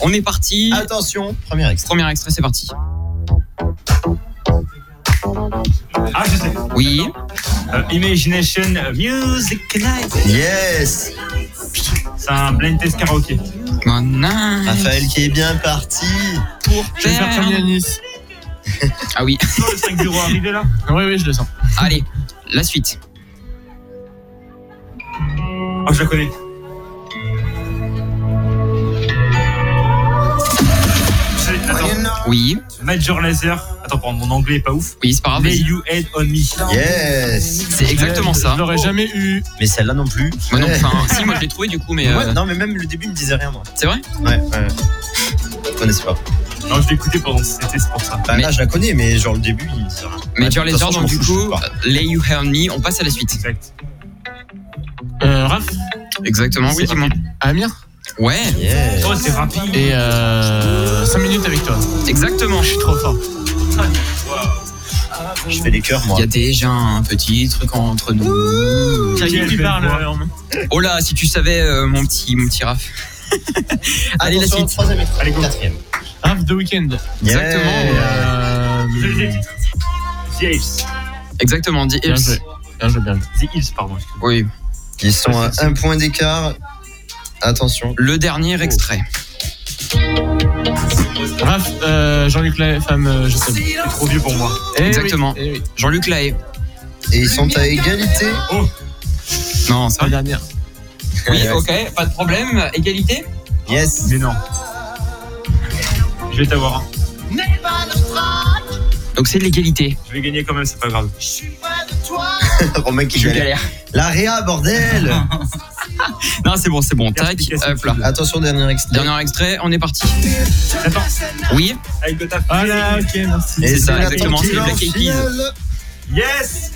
S1: on est parti.
S2: Ah. attention, premier extrait.
S1: Premier extrait, c'est parti.
S7: Ah, je sais.
S1: Oui.
S7: Euh, Imagination Music Night.
S2: Yes
S7: C'est un blind test karaoké.
S1: Oh, nice.
S2: Raphaël qui est bien parti.
S6: Je vais faire comme Yanis.
S1: Ah oui.
S7: Tu vois le 5 0 arrivé là
S6: Oui, oui, je le sens.
S1: Allez, la suite.
S7: Oh, je la connais. C'est- Attends,
S1: Oui.
S7: Major Laser. Attends, pardon, mon anglais est pas ouf.
S1: Oui, c'est pas grave.
S7: Lay
S1: vas-y.
S7: You Head on Me.
S2: Yes
S1: C'est exactement
S6: Je-
S1: ça.
S6: Je l'aurais jamais eu.
S2: Mais celle-là non plus.
S1: Moi non, enfin, si, moi je l'ai trouvé du coup, mais.
S2: Ouais,
S1: euh,
S2: Non, mais même le début me disait rien, moi.
S1: C'est vrai
S2: Ouais, ouais. Je connaissais pas.
S7: Non, je l'ai écouté pendant c'était c'est pour ça.
S2: Bah,
S1: Mais-
S2: Là, je la connais, mais genre le début, il me disait rien.
S1: Major
S2: Ouais, de toute
S1: Lazer,
S2: façon,
S1: donc
S2: je
S1: du
S2: m'en fous, je
S1: coup,
S2: sais pas.
S1: Lay You Hear Me, on passe à la suite.
S7: Exact.
S6: Euh, Raph,
S1: Exactement, oui, dis-moi.
S6: Amir
S1: Ouais,
S2: Yeah.
S7: Oh, c'est rapide.
S6: et euh, 5 minutes avec toi. Oh,
S1: exactement.
S6: Je suis trop fort.
S2: Je fais les cœurs, moi.
S1: Il y a déjà un petit truc entre nous.
S7: Quelle
S6: qui
S7: belle
S6: parle,
S7: voix.
S1: Oh là, si tu savais, euh, mon petit, mon petit Raph. Allez, la
S2: Attention,
S1: suite.
S2: Troisième extrait.
S7: Allez, go.
S2: Quatrième.
S6: Raph de week-end.
S7: Oh.
S1: Exactement.
S2: Yeah.
S6: Euh,
S7: Je l'ai dit. The Hills.
S1: Exactement, dit
S6: bien joué. Bien joué, bien joué.
S7: The Hills, pardon. excuse-moi.
S1: Oui,
S2: Ils sont à un point d'écart. Attention.
S1: le
S6: Oh.
S1: dernier extrait.
S6: Raph, euh, Jean-Luc La femme, euh, je sais pas.
S7: C'est trop vieux pour moi.
S6: Eh oui,
S1: Exactement.
S6: eh oui.
S1: Jean-Luc Lahaye.
S2: Et ils sont à égalité.
S1: Non, c'est
S6: La dernière.
S1: Oui, ok, pas de problème. Égalité
S2: Yes.
S7: Mais non. Je vais t'avoir. hein.
S1: Donc c'est de l'égalité.
S7: Je vais gagner quand même, c'est pas grave.
S2: Romain qui
S1: Je
S2: galère.
S1: galère.
S2: La réa, bordel
S1: Non, c'est bon, c'est bon. Tac,
S7: Perspicace,
S1: hop là.
S2: Attention, dernier extrait.
S1: Dernier extrait, on est parti.
S7: Attends,
S1: Oui,
S7: avec le taf.
S6: Ah là, ok, merci.
S2: Et
S1: c'est ça,
S2: Nathan
S1: exactement,
S2: qui
S1: c'est les
S2: va en
S1: Black Eyed Peas.
S2: finale.
S7: Yes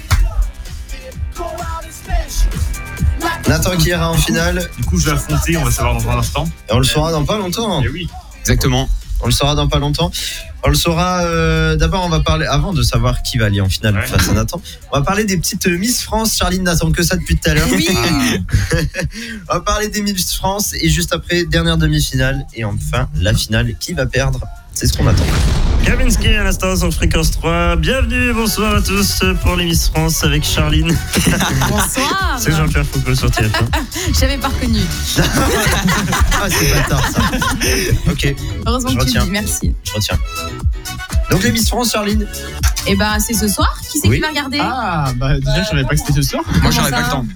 S2: Nathan qui ira en finale.
S7: Du coup, je vais affronter, on va savoir dans un instant.
S2: Et on le saura dans pas longtemps.
S7: Mais oui.
S1: exactement.
S2: On le saura dans pas longtemps. On le saura. euh, D'abord, on va parler. Avant de savoir qui va aller en finale
S7: Ouais.
S2: face à Nathan, on va parler des petites euh, Miss France. Charline n'attend que ça depuis tout à l'heure. on va parler des Miss France et juste après, dernière demi-finale. Et enfin, la finale. Qui va perdre C'est ce qu'on attend.
S7: Gaminski à l'instant sur Fréquence 3. Bienvenue et bonsoir à tous pour les Miss France avec Charline.
S3: Bonsoir.
S7: C'est Jean-Pierre Foucault sur TF1.
S3: J'avais pas reconnu.
S2: Ah, c'est bâtard ça. ok,
S3: Heureusement
S2: Je
S3: que tu
S2: retiens.
S3: le dis, merci.
S2: je retiens. Donc, les Miss France, Charline.
S3: Et bah, c'est ce soir. Qui c'est
S2: Oui.
S3: qui va regarder
S6: Ah, bah déjà, je savais pas que c'était ce soir.
S1: Moi, j'aurais
S3: ça
S1: pas le temps.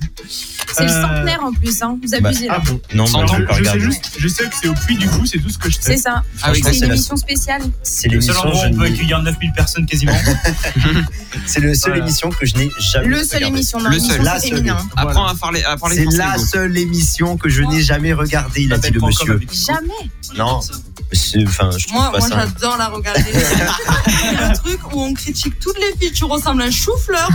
S3: C'est le
S6: Euh,
S3: centenaire en plus, hein. Vous abusez là.
S6: bon
S2: Non,
S1: Sans
S2: bah, je
S1: temps,
S2: vais pas
S6: je sais
S2: regarder.
S6: juste, je sais que c'est au puits du fou, c'est tout ce que je sais.
S3: C'est ça.
S1: Ah oui,
S2: Franchement,
S3: C'est
S2: c'est
S3: une
S2: la-
S3: émission spéciale.
S2: c'est
S7: Le seul
S2: l'émission.
S7: endroit où
S2: je
S7: on peut
S2: n'ai-
S7: accueillir 9000 personnes quasiment.
S2: C'est le seule
S6: Voilà.
S2: émission que je n'ai jamais.
S3: Le seul
S2: regardée.
S3: émission d'un
S1: Le seul.
S2: La
S3: émission
S2: seule.
S3: féminin.
S1: Apprends à parler, à parler
S2: C'est
S1: français,
S2: la
S1: Hugo.
S2: seule émission que je n'ai jamais regardée, il a dit le
S7: Pas encore
S2: monsieur.
S7: avec-
S3: Jamais.
S2: Non, c'est- enfin, je trouve
S5: Moi,
S2: pas
S5: moi
S2: ça.
S5: j'adore la regarder. C'est un truc où on critique toutes les filles. Tu ressembles à un chou-fleur.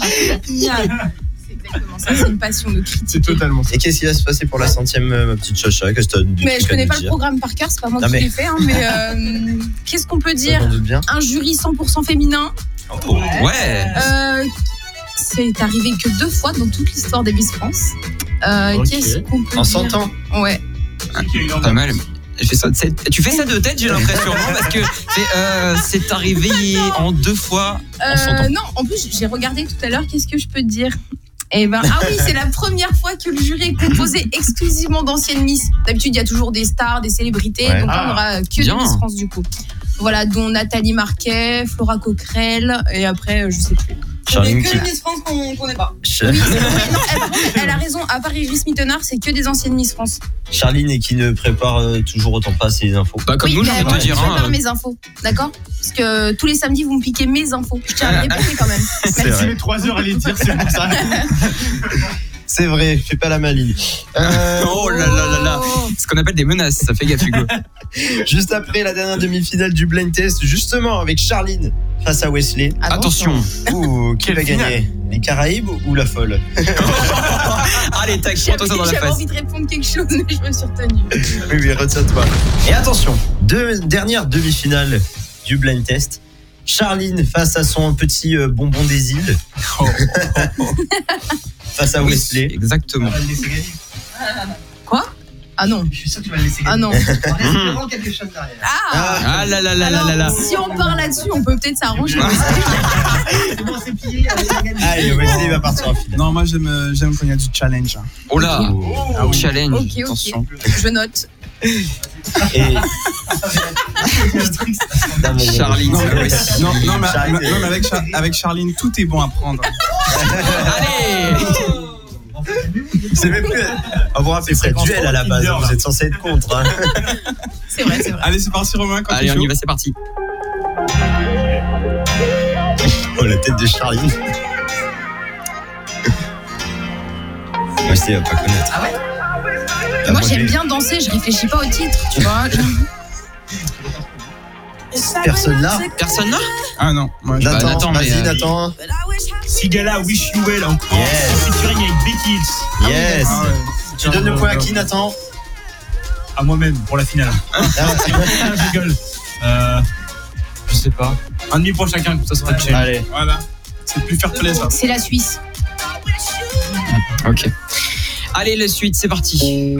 S5: mais- Génial.
S3: C'est exactement ça. C'est une passion de
S6: C'est
S3: critique.
S6: totalement ça.
S2: Et qu'est-ce qui va se passer pour la centième, euh, ma petite chacha Qu'est-ce que t'as
S3: Mais je connais pas le
S2: programme.
S3: programme par cœur, c'est pas moi
S2: Non,
S3: qui
S2: mais-
S3: l'ai fait, hein, mais euh, qu'est-ce qu'on peut dire
S2: bien.
S3: Un jury 100% féminin.
S1: Ouais.
S3: euh, c'est arrivé que deux fois dans toute l'histoire des Miss France. Euh,
S6: Ok.
S3: Qu'est-ce qu'on peut
S2: En
S3: dire
S2: 100 ans
S3: Ouais.
S1: Pas mal. Je fais ça de tête. Tu fais ça de tête, j'ai l'impression, non Parce que c'est euh, c'est arrivé en deux fois. En 100 ans.
S3: Euh, non, en plus, j'ai regardé tout à l'heure, qu'est-ce que je peux te dire eh ben, ah oui, c'est la première fois que le jury est composé exclusivement d'anciennes Miss. D'habitude, il y a toujours des stars, des célébrités,
S2: Ouais.
S3: donc là,
S6: Ah.
S3: on aura que
S1: Bien.
S3: des Miss France du coup. Voilà, dont Nathalie Marquet, Flora Coquerel, et après, euh, je sais plus.
S5: Il
S2: Charline
S5: n'y a
S2: qui.
S5: que Miss France qu'on connaît pas.
S3: Oui,
S2: Ch-
S3: c'est vrai, non, elle, par contre, elle a raison, à part Iris Mittenard, c'est que des anciennes Miss France.
S2: Charline et qui ne prépare euh, toujours autant pas ses infos.
S1: Bah, comme
S3: oui,
S1: nous, j'ai
S3: mais
S1: envie de
S3: moi,
S1: te dire.
S3: je prépare
S1: hein.
S3: mes infos, d'accord Parce que tous les samedis, vous me piquez mes infos. Je tiens à le répéter quand même.
S2: C'est
S6: Si
S2: vrai.
S6: les 3 heures à les dire, c'est pour ça.
S2: C'est vrai, fais pas la maline. Euh,
S1: Oh là là là là.
S3: Ah
S1: Ce qu'on appelle des menaces, ça fait gaffe, Hugo.
S2: Juste après la dernière demi-finale du blind test, justement avec Charline face à Wesley.
S1: Attention.
S2: Ouh, qui va gagner Les Caraïbes ou la folle
S1: Allez, tac, prends-toi ça dans la
S3: J'avais
S1: face.
S3: envie de répondre quelque chose, mais je me suis retenue.
S2: Oui, oui, retiens-toi. Et attention, deux, dernière demi-finale du blind test. Charline face à son petit euh, bonbon des îles. face à
S1: Oui,
S2: Wesley.
S1: Exactement.
S3: Quoi Ah non.
S7: Je suis sûr que tu vas le laisser
S3: Ah non.
S7: vraiment quelque chose derrière.
S3: Ah
S1: Ah là là là là là là.
S3: Si on part là-dessus, on peut peut-être s'arranger.
S1: Ah.
S7: Ah,
S2: Allez, Wesley
S1: Ah.
S2: va partir en finale.
S8: Non, moi j'aime euh, j'aime quand il y a du challenge. hein.
S1: Oh là,
S8: Ah oui.
S1: challenge.
S3: Ok,
S1: Attention.
S3: ok. Je note.
S2: Et
S1: Charline,
S8: Non, mais-
S1: Wesley.
S8: non, non, mais,
S2: Charline.
S8: non, mais avec, Char- avec Charline, tout est bon à prendre.
S1: Allez
S2: c'est même plus. On vous rappelle, c'est un duel à la base. hein, Vous êtes censé être contre. hein.
S3: C'est vrai, c'est vrai.
S8: Allez, c'est parti, Romain, quand
S1: Allez,
S8: t'es
S1: on y
S8: chaud.
S1: va, c'est parti.
S2: Oh, la tête de Charline. Wesley va pas connaître. Ah ouais
S1: Ah,
S3: Moi, j'aime bien danser, je réfléchis pas au titre, tu vois.
S2: Personne là.
S1: Personne là
S8: Ah non, moi je-
S1: Bah,
S2: Nathan,
S1: Nathan, mais,
S2: vas-y,
S1: euh,
S2: Nathan.
S5: Sigala, wish you well encore.
S2: Yes.
S5: Featuring avec Becky Hills.
S2: Yes.
S8: Ah ouais.
S2: Tu donnes le point à qui, Nathan
S5: À moi-même pour la finale.
S2: Ah,
S5: je rigole. Euh, je sais pas. Un demi pour chacun, comme ça sera chill.
S2: Allez.
S8: Voilà. C'est plus fair play ça.
S3: C'est la Suisse.
S1: Ok. Allez, la suite, c'est parti.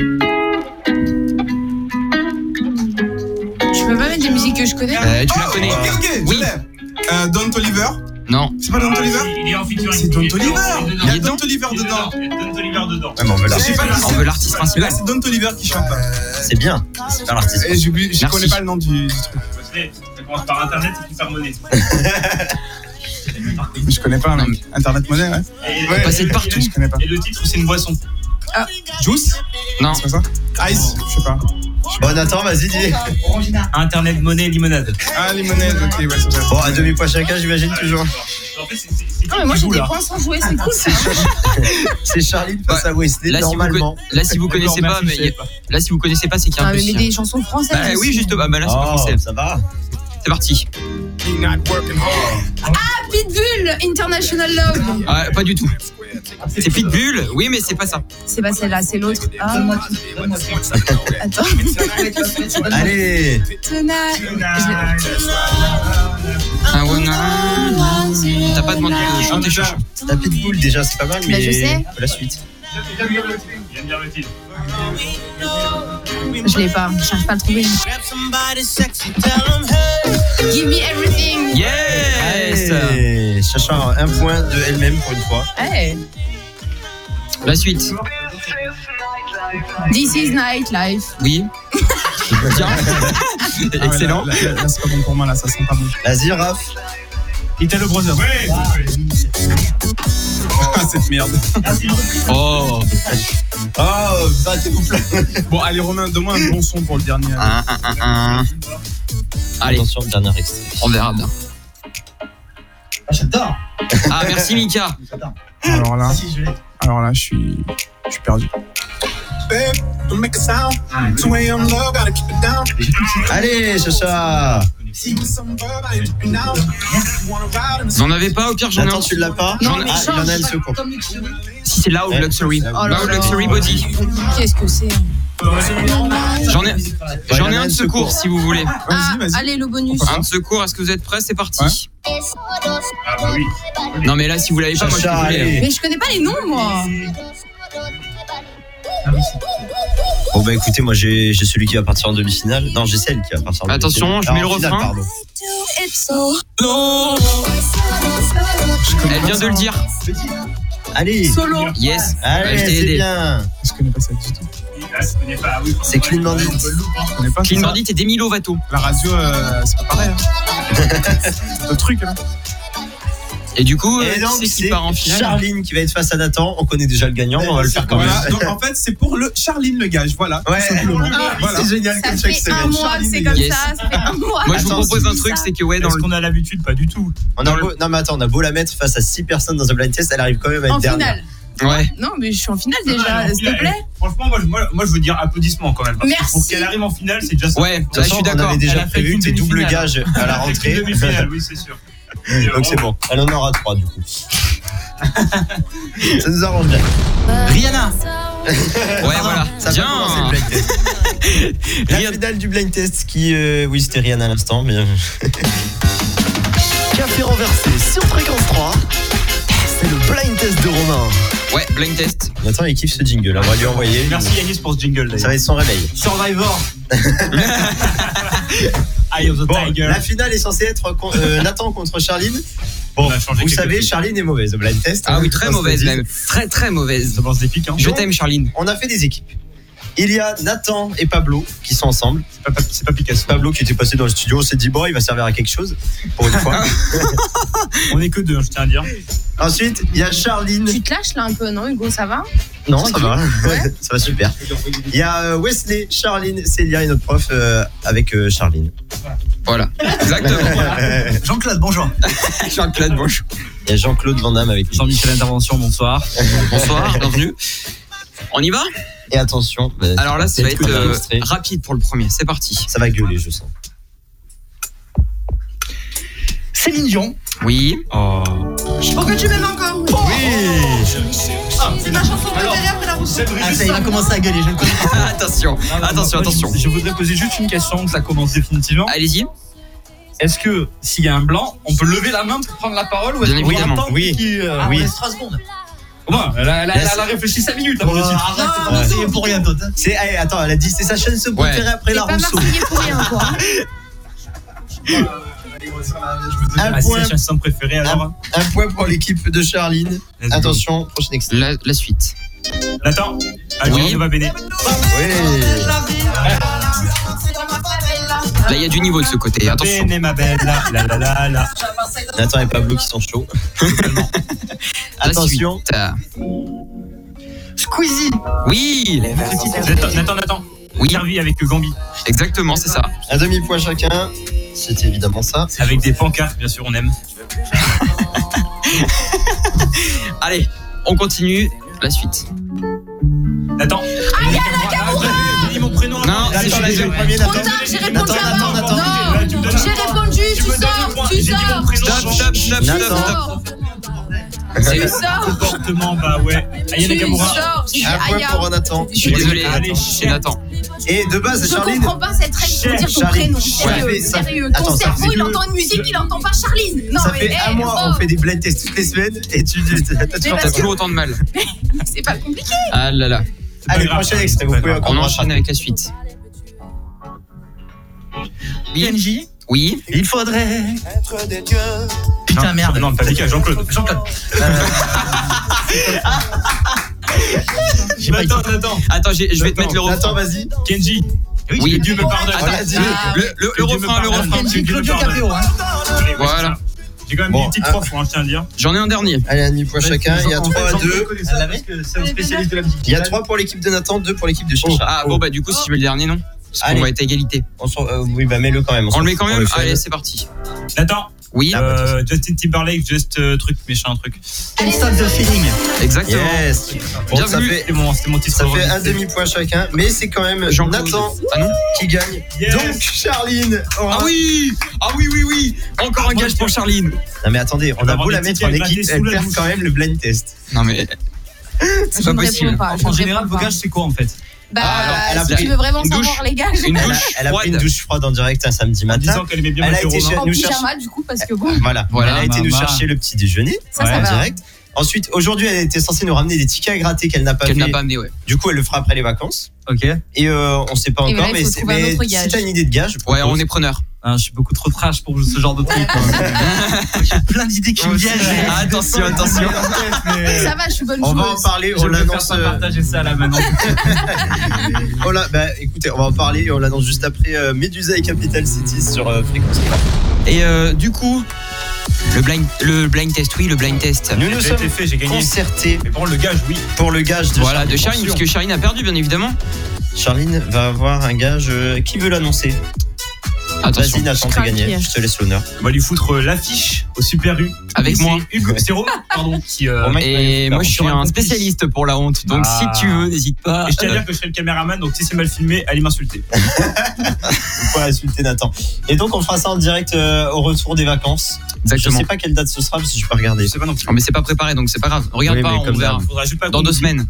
S3: Je peux pas mettre des musiques que je connais.
S1: Euh, tu la
S8: Oh,
S1: connais
S8: Ok, ok, je
S1: Oui.
S8: l'ai. Euh, Don Toliver
S1: Non.
S8: C'est pas Don Toliver
S5: Il est en featuring.
S8: C'est Don Toliver Il y
S1: Il
S8: a
S1: est
S8: Don
S1: dedans
S8: Toliver dedans
S5: Il y a Don Toliver dedans.
S2: mais on veut la-
S8: Je sais pas
S1: On veut l'artiste
S8: Mais là,
S1: principal.
S8: c'est Don Toliver qui chante.
S2: C'est bien. C'est pas l'artiste.
S8: Euh, Et j'oublie- je
S1: Merci.
S8: connais pas le nom du, du truc.
S5: Ça commence par internet et puis par monnaie.
S8: Je connais pas,
S1: Non,
S8: mec. Internet Money, ouais.
S5: Et,
S8: Ouais.
S1: Passer de partout.
S8: Je connais pas.
S5: et le titre, c'est une boisson.
S8: Juice
S1: Non.
S8: C'est pas ça Ice Je sais pas.
S2: Bon, Nathan, vas-y, dis.
S5: Internet, monnaie, limonade.
S8: Ah, Limonade, ok, ouais, c'est ça.
S2: Bon, à demi-point chacun, j'imagine toujours.
S5: En fait, c'est- c'est- c'est.
S3: Non, mais moi
S5: qui
S3: j'ai
S5: joue,
S3: des
S5: là
S3: points sans jouer,
S1: Ah,
S3: c'est cool ça.
S2: C'est Charline face
S1: Ouais.
S2: à Wesley,
S1: Là, si vous
S2: normalement.
S1: conna- Là, si vous connaissez pas, mais il y a- là, si vous connaissez pas, c'est qu'il y a
S3: Ah,
S1: un
S3: mais
S1: dossier.
S3: des chansons françaises.
S1: Bah oui,
S3: aussi.
S1: juste. Bah là, c'est pas
S2: Oh,
S1: français.
S2: ça va.
S1: C'est parti.
S3: Pitbull, International Love.
S1: Ah, pas du tout. C'est Pitbull. Oui, mais c'est pas ça.
S3: C'est pas celle-là, c'est l'autre. Ah, attends.
S2: Allez.
S3: Tonight.
S1: Ah, ouais, non. Ah, T'as pas demandé de chanter chacha.
S2: La pitbull, déjà, c'est pas mal, mais.
S3: Bah, je sais.
S2: La suite.
S5: J'aime bien le titre.
S3: Je l'ai pas, je cherche pas à le trouver. Give me everything.
S1: Yes.
S2: Allez. Chacha a un point de elle-même pour une fois.
S3: Hey.
S1: La suite.
S3: This is nightlife.
S1: Oui. Bien.
S8: Ah ouais,
S1: Excellent.
S8: Là, là, là, c'est pas bon pour moi, là, ça sent pas bon.
S2: Vas-y, Raph.
S5: Italo Brothers. Ouais,
S8: Ah, cette merde.
S1: Oh.
S2: Oh, battez-vous plein.
S8: Bon, allez, Romain, donne-moi un bon son pour le dernier.
S1: Un, un, un, un. Allez,
S2: Attention, dernier extrait.
S1: on verra bien.
S7: J'adore.
S1: Ah, merci Mika.
S8: Alors là,
S7: Si, je l'ai.
S8: alors là, je suis, je suis perdu.
S7: Ah,
S2: Allez, Chacha.
S1: Vous en avez pas Au pire, j'en ai un.
S2: Nathan, tu l'as pas
S3: Non, mais
S2: Ah, il
S3: change.
S2: y en a une seconde.
S1: Si c'est Loud
S2: Ouais.
S1: Luxury.
S2: Oh là
S1: Loud
S3: là.
S1: Luxury Body.
S3: Qu'est-ce que c'est hein?
S1: J'en ai,
S2: il y en
S1: j'en
S2: a
S1: ai un de secours si vous voulez.
S3: Ah,
S8: Vas-y, hein. vas-y.
S3: allez, le bonus.
S1: Un de secours, est-ce que vous êtes prêts C'est parti.
S5: Ah, bah oui.
S1: Non mais là si vous l'avez pas, moi je
S2: Chacha,
S1: peux vous les-
S2: allez.
S3: Mais je connais pas les noms, moi.
S2: Bon, bah écoutez, moi j'ai j'ai celui qui va partir en demi-finale. Non, j'ai celle qui va partir en demi-finale.
S1: Attention, je
S2: Ah,
S1: mets le
S2: en finale,
S1: refrain.
S2: pardon.
S1: Elle vient de le dire.
S2: Allez.
S3: Solo.
S1: Yes.
S2: Allez,
S1: je t'ai
S2: c'est
S1: aidé.
S2: bien.
S8: Je connais pas ça du tout.
S5: Ah, ça connaît pas. Ah oui,
S2: C'est Clean Bandit.
S8: Je connais pas
S1: Clean
S8: ça.
S1: Bandit et Demi Lovato.
S8: La radio, euh, c'est pas pareil. Hein. Le truc, là.
S1: Et du coup, euh,
S2: Et donc,
S1: qui c'est qui
S2: c'est
S1: part en finale
S2: Charline qui va être face à Nathan. On connaît déjà le gagnant, mais on va le faire quand même.
S8: Voilà, donc en fait, c'est pour le Charline le gage, voilà.
S2: Ouais.
S8: tout simplement. voilà.
S2: C'est génial
S3: Ça
S2: comme chaque
S3: fait un
S2: semaine.
S3: mois que c'est
S1: Yes.
S3: comme ça, ça fait un mois.
S1: Moi je vous
S2: Attends,
S1: propose
S2: c'est
S1: un truc, c'est que ouais, dans
S5: Est-ce
S1: le...
S5: qu'on a l'habitude Pas du tout.
S2: On a beau- Non mais attends, on a beau la mettre face à 6 personnes dans un blind test, elle arrive quand même à être
S3: En
S2: dernière.
S3: finale.
S1: Ouais.
S3: Non, mais je suis en finale
S8: Ah,
S3: déjà, s'il te plaît.
S8: Franchement, moi, je- moi, moi, je veux dire applaudissements quand même. parce que
S3: Merci.
S8: Pour qu'elle arrive en finale, c'est déjà ça.
S1: Ouais, là, Ah, je suis
S2: On
S1: d'accord.
S2: avait
S1: Elle
S2: déjà
S1: a fait
S2: prévu
S1: qu'une
S2: tes doubles
S1: demi-finale.
S2: gages à la rentrée.
S8: Une demi-finale, oui, c'est sûr.
S2: Donc c'est bon. Elle en aura trois du coup. Ça nous arrange bien.
S1: Rihanna. Ouais,
S2: Pardon,
S1: voilà.
S2: Ça
S1: Bien.
S2: va commencer le blind test. La finale du blind test qui. euh, oui, c'était Rihanna à l'instant, mais. Café renversé sur fréquence 3. C'est le blind test de Romain.
S1: Ouais, blind test.
S2: Nathan, il kiffe ce jingle. hein. On va lui envoyer.
S8: Merci Yanis pour ce jingle
S2: Ça
S8: d'ailleurs.
S2: va être son réveil.
S8: Survivor. Eye of the
S2: Bon,
S8: Tiger.
S2: la finale est censée être con- euh, Nathan contre Charline. Bon,
S8: On a changé
S2: vous
S8: quelques
S2: savez,
S8: trucs.
S2: Charline est mauvaise au blind test. hein,
S1: Ah oui, très
S2: On se le
S1: mauvaise
S2: dit.
S1: même. Très très mauvaise.
S8: Ça pense des pics, hein.
S1: Je
S2: Donc,
S1: t'aime Charline.
S2: On a fait des équipes. Il y a Nathan et Pablo qui sont ensemble.
S8: C'est pas, c'est pas Picasso.
S2: Pablo qui était passé dans le studio, on s'est dit bon, il va servir à quelque chose pour une fois.
S8: On est que deux, je tiens à dire.
S6: Euh,
S2: Ensuite, il y a Charline.
S3: Tu te lâches là un peu, non, Hugo, ça va
S2: Non, ça va. ça va super. Il y a euh, Wesley, Charline, Célia et notre prof euh, avec euh, Charline.
S1: Voilà. Exactement.
S8: Ah,
S2: il
S6: Jean-Claude, bonjour.
S1: Jean-Claude, bonjour.
S2: y a Jean-Claude Van Damme avec nous.
S6: Jean-Michel Intervention, bonsoir.
S1: Bonsoir, bienvenue. On y va
S2: Et attention, bah,
S1: Alors là, ça va
S2: peut-être
S1: être
S2: qu'on a
S1: euh,
S2: enregistré.
S1: rapide pour le premier. C'est parti.
S2: ça va gueuler, je sens.
S6: Céline Dion.
S1: Oui.
S6: Oh.
S12: Pour que tu m'aimes encore. Oui. C'est ma chanson préférée après la route.
S8: Ah, ça, il va
S6: commencer à gueuler, je le connais.
S1: attention,
S8: Ah,
S1: attention, attention.
S6: Je, je voudrais poser juste une question, que ça commence définitivement.
S1: Allez-y.
S6: Est-ce que s'il y a un blanc, on peut lever la main pour prendre la parole ou est-ce
S1: Bien
S6: qu'on
S1: évidemment,
S6: attend
S2: oui. Ah,
S6: qu'il, euh,
S2: oui.
S6: Ouais, elle a, elle a-
S2: Là,
S6: elle a
S2: c'est-
S6: réfléchi 5 minutes après le
S2: Ah,
S6: titre.
S2: pas
S12: non,
S2: possible.
S12: non,
S6: pour rien, Todd.
S2: C'est, allez, attends, elle a dit c'est sa chaîne se préférée après
S3: T'es
S2: la
S3: pas
S2: Rousseau.
S3: marseillais pour rien, quoi.
S2: Un
S8: Ah, c'est
S2: point.
S8: la chanson préférée alors. hein.
S2: Un point pour l'équipe de Charline.
S8: Let's go.
S2: Attention, prochain extrait.
S1: La, la suite.
S8: Nathan.
S6: Ah,
S1: Oui.
S8: Allez, on va béné.
S2: Oui.
S1: Là, il y a du niveau de ce côté. Attention.
S8: Béné ma belle. La la la la. la.
S2: Nathan et Pablo qui sont chauds.
S1: La
S2: Attention.
S1: suite. Euh,
S6: Squeezie.
S1: Oui.
S8: Nathan, Nathan, Nathan.
S1: Oui.
S8: Servi avec Gambi.
S1: Exactement, c'est ça.
S2: Un demi-point chacun. C'est évidemment ça.
S8: Avec des pancartes, bien sûr, on aime.
S1: Allez, on continue. La suite.
S8: Nathan. Ah, j'ai dit mon prénom.
S1: Non,
S8: Nathan,
S1: c'est-
S8: là,
S1: je-
S8: j'ai le premier,
S3: Trop
S8: Nathan.
S3: tard, j'ai répondu
S2: Nathan, Nathan,
S3: avant.
S8: Nathan. Là, tu me
S3: Non,
S8: donnes
S3: j'ai
S8: un point.
S3: répondu, tu
S8: Tu me donnes le Ah,
S3: sors,
S8: point.
S3: tu
S8: J'ai dit mon
S3: sors.
S8: prénom.
S1: Stop, stop, stop, stop,
S3: Tu
S1: stop.
S3: sors, tu
S1: C'est-
S3: sors,
S8: Comportement, bah ouais. Aya
S3: tu
S8: Nakamura.
S3: sors. Je suis
S2: Un point
S3: Aya.
S2: pour Nathan.
S1: Je suis désolé.
S8: Allez,
S1: C'est Nathan.
S2: Et de base,
S3: Je
S2: Charline.
S3: comprends pas cette règle pour dire ton
S2: Charline.
S3: prénom.
S2: Ouais.
S3: Sérieux,
S2: Ça fait-
S3: sérieux.
S2: Attends,
S3: Ton
S2: ça
S3: cerveau,
S2: fait
S3: il
S2: deux-
S3: entend une musique, il entend pas Charline. Non,
S2: ça
S3: mais
S2: fait un
S3: hey,
S2: mois, on
S3: oh,
S2: fait des blind tests toutes les semaines et tu t'as toujours
S1: T'as
S2: pas
S3: parce
S1: toujours autant de mal.
S3: c'est pas compliqué.
S1: Ah là là.
S2: Allez,
S8: grave.
S2: prochain extrait, vous pouvez encore
S1: On
S2: rattraper.
S1: enchaîne avec la suite. Oui.
S6: PNJ.
S1: Oui.
S6: Il faudrait.
S13: Être des dieux.
S6: Putain,
S8: Non,
S6: merde.
S8: Non, pas Mika, Jean-Claude. Euh. Jean-Claude.
S6: J'ai pas
S8: Nathan, Nathan.
S1: Attends, j'ai- je vais te
S8: Nathan,
S1: mettre le
S2: Nathan,
S1: refrain.
S2: vas-y.
S8: Kenji.
S1: Oui.
S8: Que Dieu me pardonne.
S1: Attends,
S2: Vas-y.
S1: le, le- le refrain, le refrain.
S8: Kenji, Claudio Capéo.
S3: hein.
S1: Voilà.
S8: J'ai quand même
S2: Bon,
S8: une petite
S2: ah.
S8: prof, hein, je tiens à dire.
S1: J'en ai un dernier.
S2: Allez, un demi-point chacun. Il y a 3 à 2.
S8: C'est un spécialiste de la musique.
S2: Il y a 3 pour l'équipe de Nathan, 2 pour l'équipe de Chacha.
S1: Ah bon, bah du coup, si je mets le dernier, non Parce
S2: Allez.
S1: qu'on va être à égalité.
S2: On s'en- euh, oui, bah mets-le quand même.
S1: On
S2: s'en
S1: le met
S2: fout,
S1: quand
S2: on
S1: même
S2: le fait.
S1: Allez, c'est parti.
S8: Nathan.
S1: Oui,
S8: Euh, Justin Timberlake, juste euh, truc, méchant truc.
S6: Can't stop the feeling.
S1: exactement.
S2: Yes. Bon, ça
S1: Bienvenue.
S2: fait,
S8: C'était mon, c'était mon titre.
S2: ça fait
S8: favori.
S2: un demi-point chacun, mais c'est quand même
S1: Jean-Claude.
S2: Nathan
S1: Ah non
S2: qui gagne.
S8: Yes.
S2: Donc Charline aura-
S1: Ah oui Ah oui, oui, oui Encore un gage pour Charline.
S2: Non mais attendez, on a
S8: va avoir
S2: beau
S8: des
S2: la
S8: petites
S2: mettre en
S8: grattés
S2: équipe,
S8: sous
S2: elle
S8: la
S2: perd
S8: douche.
S2: quand même le blind test.
S1: Non mais. C'est
S3: Je
S1: pas
S3: ne réponds
S1: possible.
S3: pas. je
S6: En
S3: ne
S6: général,
S3: réponds pas.
S6: bocage, c'est quoi en fait
S2: alors, elle a
S3: Bah, si
S2: pris
S3: tu veux vraiment
S1: une douche.
S3: savoir, les gars,
S1: Une
S2: Elle a,
S1: douche
S2: elle a pris une
S1: froide.
S2: douche froide en direct un samedi
S8: En
S2: matin.
S8: disant qu'elle aimait bien
S2: Elle a
S8: Mathieu
S2: été
S8: Romain.
S2: chez
S3: en
S2: nous chercher.
S3: pyjama, du coup, parce que bon,
S2: Voilà.
S1: Voilà,
S2: elle a été nous
S6: maman.
S2: chercher le petit déjeuner
S3: ça,
S2: en
S3: ça va.
S2: direct. Ensuite, aujourd'hui, elle était censée nous ramener des tickets à gratter qu'elle n'a pas fait.
S1: Qu'elle n'a pas amené, ouais.
S2: Du coup, elle le fera après les vacances.
S6: Ok.
S2: Et euh, on sait pas
S3: Et
S2: encore,
S3: voilà, il
S2: mais,
S3: faut
S2: c'est-
S3: trouver un
S2: mais
S3: autre
S2: si
S3: gage.
S2: t'as une idée de gage,
S1: Ouais, on
S2: propose.
S1: est preneur.
S6: Ah, je suis beaucoup trop trash pour ce genre de truc. quoi. J'ai plein d'idées qui me viennent.
S1: Attention, attention.
S3: ça va, je suis bonne
S2: on va
S3: joueuse.
S2: en parler. On
S6: Je vais faire
S2: l'annonce.
S6: pas
S2: euh,
S6: partager ça là maintenant.
S2: Oh là, bah écoutez, on va en parler et on l'annonce juste après euh, Medusa et Capital City sur euh, Fréquence.
S1: Et euh, du coup, le blind, le blind test, oui, le blind test.
S2: Nous nous
S8: J'ai
S2: sommes
S8: été fait, j'ai gagné.
S2: concertés
S8: Mais bon, le gage, oui.
S2: pour le gage de
S1: Voilà, de Charline,
S2: Charline.
S1: puisque Charline a perdu, bien évidemment.
S2: Charline va avoir un gage. euh, qui veut l'annoncer Attention. Vas-y, Nathan, t'as gagné. Je te laisse l'honneur.
S8: On va lui foutre euh, l'affiche au Super U.
S1: Avec
S8: C'est
S1: moi.
S8: Hugues Serrault, pardon, qui. euh,
S1: Et moi, je suis un spécialiste pour la honte. Donc,
S8: Ah.
S1: si tu veux, n'hésite pas.
S8: Et je tiens à dire que je serai le caméraman, donc si c'est mal filmé, allez m'insulter.
S2: Faut pas insulter Nathan. Et donc, on fera ça en direct euh, au retour des vacances.
S1: Exactement.
S2: Je sais pas quelle date ce sera, parce que je peux regarder.
S8: C'est pas non plus.
S1: Non, Euh, mais c'est pas préparé, donc c'est pas grave. Regarde
S2: Oui,
S1: pas,
S2: mais
S1: on
S2: comme
S1: verra.
S2: ça.
S8: Faudra juste pas
S1: Dans
S8: qu'on
S1: deux
S8: dise-
S1: semaines. Euh,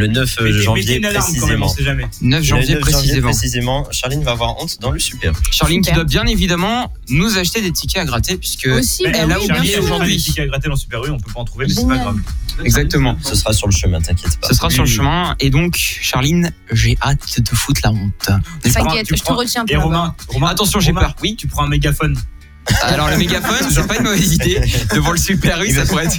S2: Le 9
S8: Mettez- mettez
S2: janvier,
S8: une alarme quand même,
S2: précisément.
S8: on sait jamais.
S1: 9 janvier,
S2: Le 9
S1: précisément.
S2: précisément, Charline va avoir honte dans le super.
S1: Charline qui
S3: Super.
S1: doit bien évidemment nous acheter des tickets à gratter puisque
S3: Aussi, bah
S1: elle a
S3: oui, bien
S1: oublié
S3: sûr.
S8: Aujourd'hui,
S1: aujourd'hui.
S8: qui a gratté dans Super U, on peut pas en trouver, mais c'est pas
S3: Génial.
S8: grave.
S1: Exactement.
S2: Ce sera sur le chemin, t'inquiète pas.
S1: Ce sera sur le
S8: Oui.
S1: chemin et donc Charline, j'ai hâte de foutre la honte.
S3: T'inquiète,
S8: tu
S3: je te
S8: prends-
S3: retiens
S8: Et
S3: pas.
S8: Romain, Romain,
S1: Attention, j'ai
S8: Romain,
S1: peur. Oui.
S8: Tu prends un mégaphone.
S1: Alors le mégaphone, c'est pas une mauvaise idée. Devant le Super U, ça pourrait être.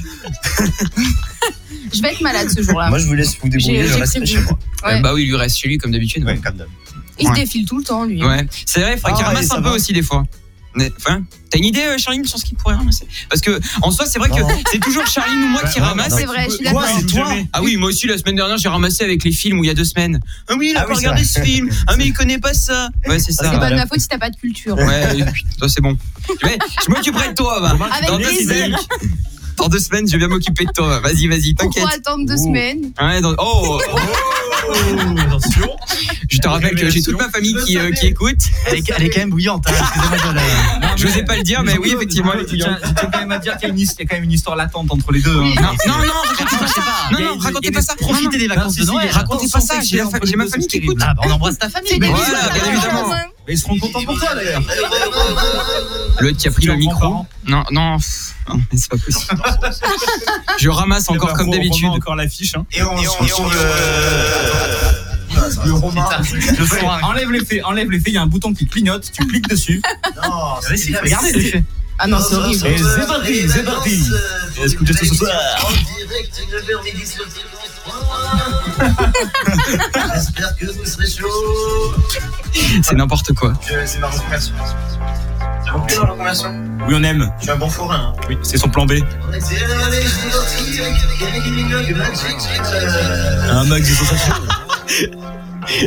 S3: Je vais être malade ce jour-là.
S2: Moi, je vous laisse vous débrouiller,
S3: J'ai-
S2: je
S3: j'ai
S2: reste
S3: prévu.
S2: chez moi.
S3: Ouais.
S1: Euh, Bah oui, il lui reste chez lui comme d'habitude.
S2: Ouais,
S1: Ouais.
S2: comme d'hab.
S3: Il se
S1: Ouais.
S3: défile tout le temps, lui.
S1: C'est vrai, il faudrait
S2: Ah,
S1: qu'il
S2: ouais,
S1: ramasse
S2: ça
S1: un peu
S2: va.
S1: aussi des fois. Mais, Enfin, t'as une idée, euh, Charline, sur ce qu'il pourrait ramasser Parce que en soi, c'est vrai que
S2: Non.
S1: c'est toujours Charline ou moi qui
S2: ouais,
S1: ramasse.
S2: non,
S3: C'est vrai, je suis
S1: Quoi,
S3: d'accord.
S1: c'est toi Ah oui, moi aussi la semaine dernière j'ai ramassé avec les films où il y a deux semaines. Ah oui, il a
S2: Ah
S1: pas
S2: oui, c'est
S1: regardé
S2: vrai.
S1: ce film. Ah mais il connaît pas ça. Ouais, c'est ça.
S3: C'est pas de
S1: Voilà.
S3: ma faute si t'as pas de culture.
S1: Ouais, euh, toi c'est bon. Ouais, je m'occuperai de toi, va.
S3: Avec
S1: Dans deux
S3: plaisir.
S1: semaines. Dans deux semaines, je vais m'occuper de toi. va. Vas-y, vas-y,
S3: Pourquoi
S1: t'inquiète.
S3: attendre deux
S2: Ouh.
S3: semaines
S1: Ouais, dans- Oh, oh,
S8: Oh, attention.
S1: je te rappelle que j'ai toute ma famille qui, euh, qui écoute.
S6: Elle est, elle est quand même brillante. Hein. Excusez-moi de la-
S1: Je n'osais pas le dire, mais oui, effectivement. elle est
S6: Je tiens,
S1: brillante.
S6: je tiens quand même à dire qu'il y, a une his- il y a quand même une histoire latente entre les deux.
S1: Non,
S6: hein.
S1: non, non, racontez pas ça. Non, non, racontez pas ça. Non, non.
S6: Profitez des vacances
S1: si,
S6: de
S1: si,
S6: Noël.
S1: racontez pas ça, j'ai la fa- j'ai ma famille qui écoute.
S6: Ah, bah, on embrasse ta famille.
S3: C'est
S1: Mais
S3: des
S1: voilà,
S3: bisous,
S1: bien
S3: t'as
S1: évidemment.
S3: raison.
S6: Mais ils seront contents pour toi d'ailleurs.
S1: L'autre qui a pris le
S6: Leurs
S1: micro.
S6: grands-parents.
S1: Non, non, pff, non, mais c'est pas possible. Je ramasse encore comme d'habitude.
S8: Encore l'affiche. hein.
S7: Et on,
S2: Et on- et on- euh,
S6: Le Romain. Enlève l'effet, enlève l'effet. Il y a un bouton qui clignote. Tu cliques dessus.
S7: Non,
S6: Allez, si, Regardez l'effet.
S3: Ah non, c'est horrible.
S6: Et
S7: Euh,
S6: c'est parti, c'est parti.
S7: Écoutez
S6: ce soir.
S7: En direct, une heure et dix sur TF1. J'espère que vous serez chaud.
S1: C'est n'importe quoi.
S7: C'est ma reconversion. Ça vous plaît ma reconversion
S8: Oui, on aime.
S7: Je suis un bon forain. hein.
S8: Oui, c'est son plan B.
S7: C'est la neige qui est sortie, avec une gueule de magic. Euh,
S8: Un max de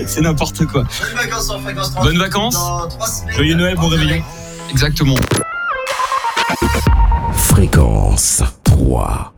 S1: C'est n'importe quoi.
S7: Bonnes vacances en fréquence
S1: Bonnes vacances.
S7: Dans trois semaines.
S8: Joyeux Noël, bon
S7: En
S8: réveillon.
S7: direct.
S1: Exactement.
S14: Fréquence 3.